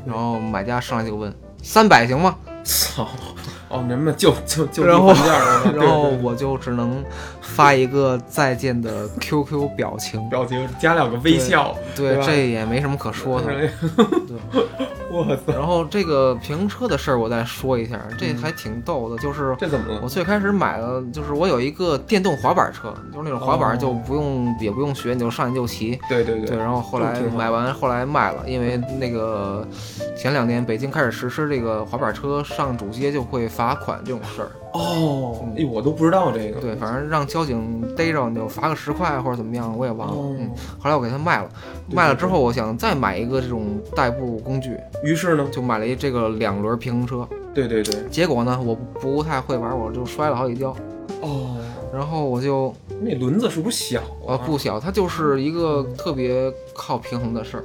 Speaker 2: 然后买家上来就问三百行吗？
Speaker 1: 操，哦，你们就就就
Speaker 2: 然后
Speaker 1: 地还价儿了，
Speaker 2: 然
Speaker 1: 啊
Speaker 2: 后
Speaker 1: 对对对
Speaker 2: 我就只能发一个再见的 QQ 表情，
Speaker 1: 表情加两个微笑，
Speaker 2: 对，
Speaker 1: 吧
Speaker 2: 这也没什么可说的。
Speaker 1: 我操，
Speaker 2: 然后这个平衡车的事儿我再说一下，这
Speaker 1: 嗯
Speaker 2: 还挺逗的，就是
Speaker 1: 这怎么了？
Speaker 2: 我最开始买了，就是我有一个电动滑板车，就是那种滑板
Speaker 1: 哦
Speaker 2: 就不用、也不用学，你就上去就骑。
Speaker 1: 对对
Speaker 2: 对，
Speaker 1: 对，
Speaker 2: 然后后
Speaker 1: 这
Speaker 2: 来
Speaker 1: 挺好
Speaker 2: 买完，后来卖了，因为那个前两年北京开始实施这个滑板车上主街就会罚款这种事儿。
Speaker 1: 哦，哎，我都不知道这个，
Speaker 2: 对，反正让交警逮着你就罚个十块或者怎么样，我也忘了。
Speaker 1: 哦
Speaker 2: 嗯，后来我给他卖了，
Speaker 1: 对
Speaker 2: 卖了之后我想再买一个这种代步工具，
Speaker 1: 于是呢，
Speaker 2: 就买了一这个两轮平衡车。
Speaker 1: 对对对，
Speaker 2: 结果呢，我不不太会玩，我就摔了好几跤，
Speaker 1: 哦，
Speaker 2: 然后我就
Speaker 1: 那轮子是不是小
Speaker 2: 呃
Speaker 1: 啊？
Speaker 2: 不小，它就是一个特别靠平衡的事儿。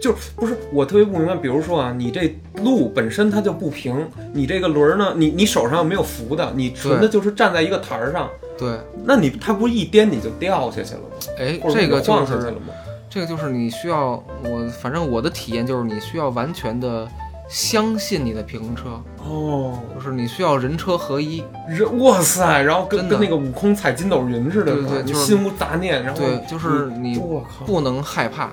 Speaker 1: 就是不是我特别不明白，比如说啊，你这路本身它就不平，你这个轮儿呢，你你手上没有扶的，你纯的就是站在一个台儿上，
Speaker 2: 对，
Speaker 1: 那你它不一颠你就掉下去了吗？
Speaker 2: 哎
Speaker 1: 或，者
Speaker 2: 这个
Speaker 1: 你
Speaker 2: 就
Speaker 1: 晃下去
Speaker 2: 是
Speaker 1: 了吗？
Speaker 2: 这个就是你需要我，反正我的体验就是你需要完全的相信你的平衡车，
Speaker 1: 哦，
Speaker 2: 就是你需要人车合一。
Speaker 1: 人哇塞，然后跟
Speaker 2: 真的
Speaker 1: 跟那个悟空踩筋斗云似的，
Speaker 2: 对对对
Speaker 1: 你
Speaker 2: 就是
Speaker 1: 心无杂念，然后
Speaker 2: 对，就是
Speaker 1: 你
Speaker 2: 你
Speaker 1: 我靠，
Speaker 2: 不能害怕。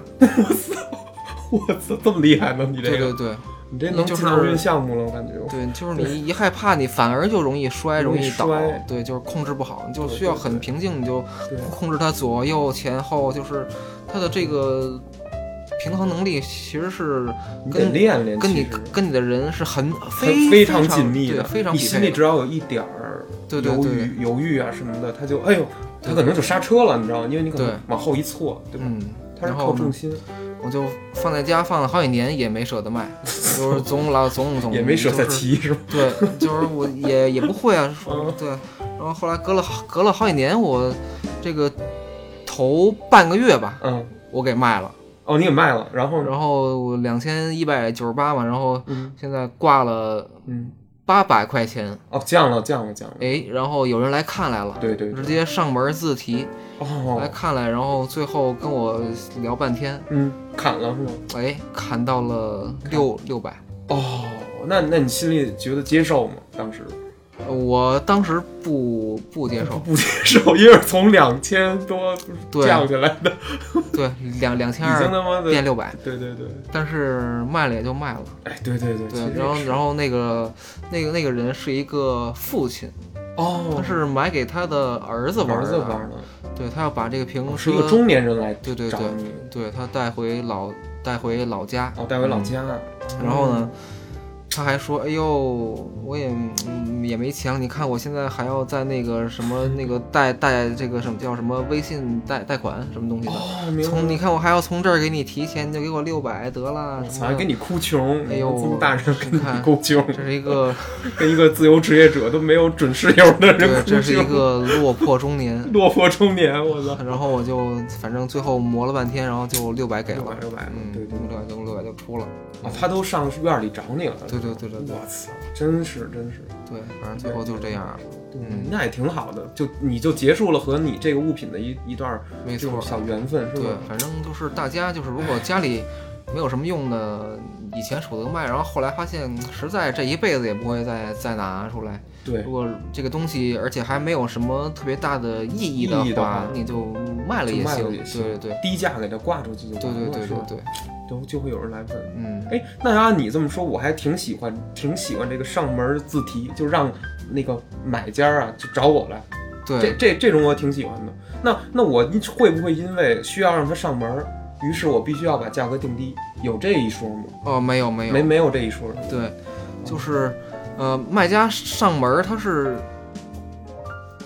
Speaker 1: 我操，这么厉害呢？你这
Speaker 2: 对
Speaker 1: 个
Speaker 2: 对对
Speaker 1: 你这能
Speaker 2: 就是
Speaker 1: 进奥运项目了，我感觉。
Speaker 2: 对，就是你一害怕，你反而就容易摔，
Speaker 1: 容
Speaker 2: 容
Speaker 1: 易
Speaker 2: 易倒
Speaker 1: 摔。
Speaker 2: 对，就是控制不好，你就
Speaker 1: 对
Speaker 2: 需要
Speaker 1: 对
Speaker 2: 很
Speaker 1: 对
Speaker 2: 平静，你就
Speaker 1: 对
Speaker 2: 控制它左右前后，就是它的这个平衡能力其实是
Speaker 1: 你得
Speaker 2: 跟
Speaker 1: 练练，
Speaker 2: 跟你
Speaker 1: 其实
Speaker 2: 跟你的人是很
Speaker 1: 很
Speaker 2: 非
Speaker 1: 非
Speaker 2: 常
Speaker 1: 紧密的，
Speaker 2: 对非常
Speaker 1: 你
Speaker 2: 匹
Speaker 1: 心
Speaker 2: 配
Speaker 1: 里
Speaker 2: 的
Speaker 1: 只要有一点儿
Speaker 2: 对对
Speaker 1: 犹
Speaker 2: 对，
Speaker 1: 豫、犹豫啊什么的，他就哎呦，他
Speaker 2: 对
Speaker 1: 可能就刹车了，你知道吗？因为你可
Speaker 2: 对
Speaker 1: 能往后一错，对吧？
Speaker 2: 嗯，
Speaker 1: 他是
Speaker 2: 然
Speaker 1: 靠
Speaker 2: 后
Speaker 1: 重心，
Speaker 2: 我就放在家放了好几年，也没舍 得卖，就是总老总总
Speaker 1: 也没舍
Speaker 2: 就
Speaker 1: 得
Speaker 2: 是
Speaker 1: 骑，是吧？
Speaker 2: 对，就是我也也不会啊，说
Speaker 1: 嗯
Speaker 2: 对，然后后来隔了隔了好几年，我这个头半个月吧，
Speaker 1: 嗯，
Speaker 2: 我给卖了，
Speaker 1: 哦，你给卖了，然后呢？
Speaker 2: 然后我两千一百九十八嘛，然后
Speaker 1: 嗯
Speaker 2: 现在挂了
Speaker 1: 嗯，
Speaker 2: 八百块钱，
Speaker 1: 哦，降了，降了，降了，
Speaker 2: 哎，然后有人来看来了。
Speaker 1: 对对对，
Speaker 2: 直接上门自提来
Speaker 1: 哦，
Speaker 2: 看来，然后最后跟我聊半天，
Speaker 1: 嗯，砍了是吗？
Speaker 2: 哎，砍到了六六百。
Speaker 1: 哦，那那你心里觉得接受吗？当时
Speaker 2: 我当时不不接 受，
Speaker 1: 不接受，因为从两千多
Speaker 2: 对
Speaker 1: 降下来的，
Speaker 2: 对，两两千
Speaker 1: 已经
Speaker 2: 二
Speaker 1: 他妈的，
Speaker 2: 变六百，
Speaker 1: 对对对，
Speaker 2: 但是卖了也就卖了。
Speaker 1: 哎，对对对，其
Speaker 2: 对
Speaker 1: 实，
Speaker 2: 然后
Speaker 1: 也是
Speaker 2: 然后那个那个那个人是一个父亲，
Speaker 1: 哦
Speaker 2: 他，是买给他的儿子玩
Speaker 1: 儿啊子
Speaker 2: 的，
Speaker 1: 玩的，
Speaker 2: 对他要把这个平衡
Speaker 1: 是
Speaker 2: 车，
Speaker 1: 一个中年人来
Speaker 2: 对对
Speaker 1: 找
Speaker 2: 对，
Speaker 1: 你，
Speaker 2: 对他带回老带回老家，
Speaker 1: 哦，带回老家，
Speaker 2: 然后呢，他还说，哎呦，我也、嗯、也没钱了，你看我现在还要在那个什么那个贷贷这个什么叫什么微信贷贷款什么东西的。
Speaker 1: 哦，明白
Speaker 2: 从你
Speaker 1: 了，
Speaker 2: 看我还要从这儿给你提钱，你就给我六百得了。
Speaker 1: 我
Speaker 2: 什
Speaker 1: 操，
Speaker 2: 么
Speaker 1: 还
Speaker 2: 的
Speaker 1: 跟你哭穷，
Speaker 2: 哎呦
Speaker 1: 这么大人跟
Speaker 2: 你
Speaker 1: 你
Speaker 2: 看
Speaker 1: 哭穷，
Speaker 2: 这是一个，
Speaker 1: 跟一个自由职业者都没有准室友的 人
Speaker 2: 对，
Speaker 1: 哭
Speaker 2: 这是一
Speaker 1: 穷，
Speaker 2: 个落魄中年。
Speaker 1: 落魄中年，我操，
Speaker 2: 然后我就反正最后磨了半天，然后就六百给
Speaker 1: 六百
Speaker 2: 了，
Speaker 1: 六百，
Speaker 2: 嗯，
Speaker 1: 对对对，
Speaker 2: 六百就六百就出了。
Speaker 1: 啊，他都上院里找你了，
Speaker 2: 对对对对对
Speaker 1: 我操，真是真是，
Speaker 2: 对，反正最后就这样了，
Speaker 1: 对
Speaker 2: 嗯
Speaker 1: 那也挺好的，就你就结束了和你这个物品的一一段
Speaker 2: 没
Speaker 1: 这
Speaker 2: 错
Speaker 1: 种。小缘分，是
Speaker 2: 对
Speaker 1: 吧？，
Speaker 2: 反正就是大家就是如果家里没有什么用的，以前手头卖，然后后来发现实在这一辈子也不会再再拿出来。
Speaker 1: 对
Speaker 2: 如，果这个东西，而且还没有什么特别大的意义的
Speaker 1: 意义的话
Speaker 2: 你就卖了也
Speaker 1: 就卖了
Speaker 2: 行。
Speaker 1: 也行
Speaker 2: 对对对
Speaker 1: 低价给它挂出去就
Speaker 2: 对
Speaker 1: 完
Speaker 2: 对
Speaker 1: 了，
Speaker 2: 对
Speaker 1: 是
Speaker 2: 对
Speaker 1: 吧？
Speaker 2: 对，
Speaker 1: 都就会有人来问。
Speaker 2: 嗯，
Speaker 1: 哎，那按你这么说，我还挺喜欢，挺喜欢这个上门自提，就让那个买家啊就找我来，这
Speaker 2: 对，
Speaker 1: 这这种我挺喜欢的。那那我会不会因为需要让他上门，于是我必须要把价格定低？有这一说吗？
Speaker 2: 哦，没有没有
Speaker 1: 没没有这一说是吗，
Speaker 2: 对，就是，呃，卖家上门儿他是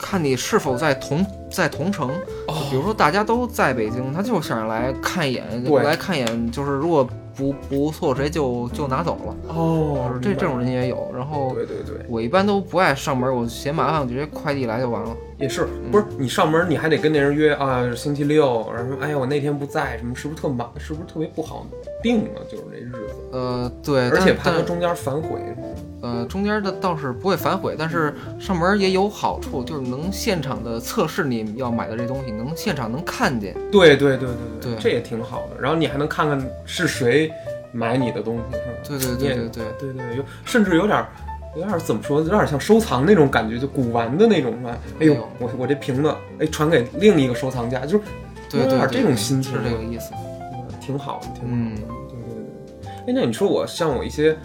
Speaker 2: 看你是否在同在同城，
Speaker 1: 哦
Speaker 2: 就比如说大家都在北京，他就想来看一眼，
Speaker 1: 对
Speaker 2: 来看一眼，就是如果不不错谁就就拿走了，
Speaker 1: 哦
Speaker 2: 这
Speaker 1: 明
Speaker 2: 这种人也有。然
Speaker 1: 白
Speaker 2: 后
Speaker 1: 对对对，
Speaker 2: 我一般都不爱上门儿，我嫌麻烦，我直接快递来就完了。
Speaker 1: 也是，
Speaker 2: 嗯
Speaker 1: 不是你上门你还得跟那人约啊，星期六，然后说哎呀我那天不在，什么是不是特忙，是不是特别不好定啊？就是这日子，
Speaker 2: 呃，对，
Speaker 1: 而且怕
Speaker 2: 但
Speaker 1: 他
Speaker 2: 但
Speaker 1: 中间反悔什么的。
Speaker 2: 呃中间的倒是不会反悔，但是上门儿也有好处，就是能现场的测试你要买的这东西，能现场能看见。
Speaker 1: 对对对对
Speaker 2: 对
Speaker 1: 这也挺好的。然后你还能看看是谁买你的东西，是吧？
Speaker 2: 对对
Speaker 1: 你也
Speaker 2: 对对
Speaker 1: 对
Speaker 2: 对。
Speaker 1: 对，有甚至有点儿，有点儿怎么说，有点儿像收藏那种感觉，就古玩的那种，是吧？哎呦
Speaker 2: 没有，
Speaker 1: 我我这瓶子，哎，传给另一个收藏家，就是
Speaker 2: 对
Speaker 1: 有
Speaker 2: 对
Speaker 1: 点
Speaker 2: 对，
Speaker 1: 这种心情
Speaker 2: 是这个意思。
Speaker 1: 呃挺好的，挺好的。
Speaker 2: 嗯，
Speaker 1: 对对对。哎，那你说我像我一些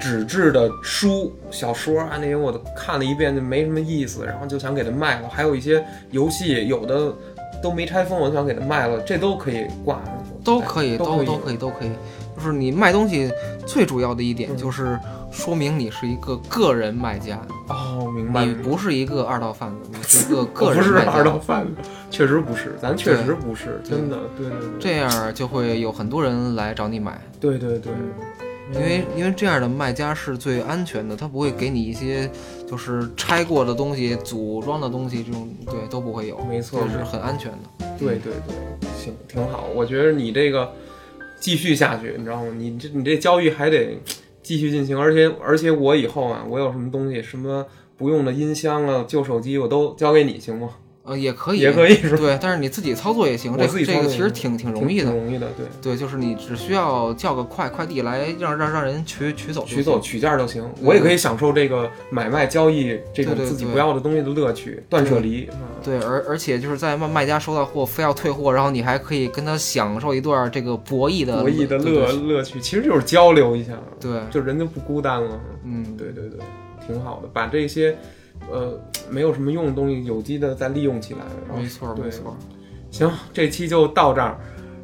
Speaker 1: 纸质的书、小说啊那些，我都看了一遍就没什么意思，然后就想给它卖了。还有一些游戏，有的都没拆封，我就想给它卖了，这都可以挂上去。
Speaker 2: 都可以，
Speaker 1: 哎都
Speaker 2: 都
Speaker 1: 可以
Speaker 2: 都可以，都可以。就是你卖东西最主要的一点
Speaker 1: 嗯
Speaker 2: 就是说明你是一个个人卖家，
Speaker 1: 哦，明白。
Speaker 2: 你
Speaker 1: 明白
Speaker 2: 不是一个二道贩子，你是 一个
Speaker 1: 我
Speaker 2: 个
Speaker 1: 不
Speaker 2: 人
Speaker 1: 是
Speaker 2: 卖
Speaker 1: 二道
Speaker 2: 家。
Speaker 1: 贩子，确实不是，咱确实不是，
Speaker 2: 对
Speaker 1: 真的，对对对，
Speaker 2: 这样就会有很多人来找你买，
Speaker 1: 对对对，
Speaker 2: 因为因为这样的卖家是最安全的，他不会给你一些就是拆过的东西、组装的东西这种，对都不会有，
Speaker 1: 没错
Speaker 2: 这是很安全的。
Speaker 1: 嗯对对对，行，挺好，我觉得你这个继续下去，你知道吗？你这你这交易还得继续进行，而且而且我以后啊，我有什么东西什么。不用的音箱啊，旧手机我都交给你，行吗？
Speaker 2: 呃，也可以，
Speaker 1: 也可以是吧？
Speaker 2: 对，但是你自己操作也行，
Speaker 1: 我
Speaker 2: 这
Speaker 1: 自己
Speaker 2: 个
Speaker 1: 操
Speaker 2: 这个
Speaker 1: 作
Speaker 2: 其
Speaker 1: 也
Speaker 2: 实
Speaker 1: 行
Speaker 2: 挺 挺容易的
Speaker 1: 挺。容易的，对，
Speaker 2: 对，就是你只需要叫个快快递来让让让人取取走就
Speaker 1: 取走取件就行。
Speaker 2: 对
Speaker 1: 我也可以享受这个买卖交易这种
Speaker 2: 对对
Speaker 1: 自己
Speaker 2: 对
Speaker 1: 不要的东西的乐趣，断舍离。是吧
Speaker 2: 行。对，而而且就是在卖卖家收到货非要退货，然后你还可以跟他享受一段这个博弈的
Speaker 1: 博弈的
Speaker 2: 对
Speaker 1: 乐
Speaker 2: 对
Speaker 1: 乐趣，其实就是交流一下，
Speaker 2: 对，
Speaker 1: 就人就不孤单了。
Speaker 2: 嗯，
Speaker 1: 对对对，挺好的，把这些呃没有什么用的东西有机的再利用起来。然后
Speaker 2: 没错
Speaker 1: 对
Speaker 2: 没错，
Speaker 1: 行，这期就到这儿。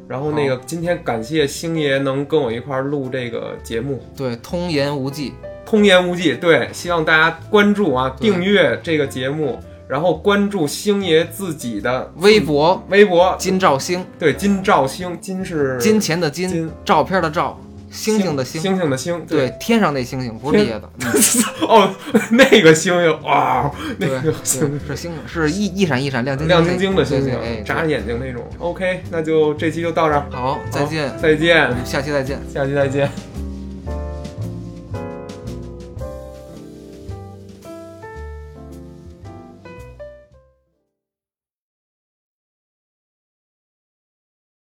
Speaker 1: 然后那个，今天感谢星爷能跟我一块儿录这个节目，
Speaker 2: 对，通言无忌，
Speaker 1: 通言无忌。对，希望大家关注啊，
Speaker 2: 对
Speaker 1: 订阅这个节目，然后关注星爷自己的
Speaker 2: 微博
Speaker 1: 微博。
Speaker 2: 金兆星，
Speaker 1: 对，金兆星，金是
Speaker 2: 金钱的金
Speaker 1: 金，
Speaker 2: 照片的照，星星的星，
Speaker 1: 星星的星，
Speaker 2: 对，天上那星星不是
Speaker 1: 天
Speaker 2: 裂的， 嗯
Speaker 1: 哦，那个星星，哇、那个
Speaker 2: 对，对
Speaker 1: 星星
Speaker 2: 是星是一一闪一闪亮晶
Speaker 1: 亮晶
Speaker 2: 晶
Speaker 1: 晶
Speaker 2: 那
Speaker 1: 的星
Speaker 2: 对
Speaker 1: 星
Speaker 2: 对哎，，
Speaker 1: 眨
Speaker 2: 对
Speaker 1: 着眼睛那种。OK，那就这期就到这儿，
Speaker 2: 好，再见，
Speaker 1: 再见
Speaker 2: 我，们下期再见。
Speaker 1: 下期再见。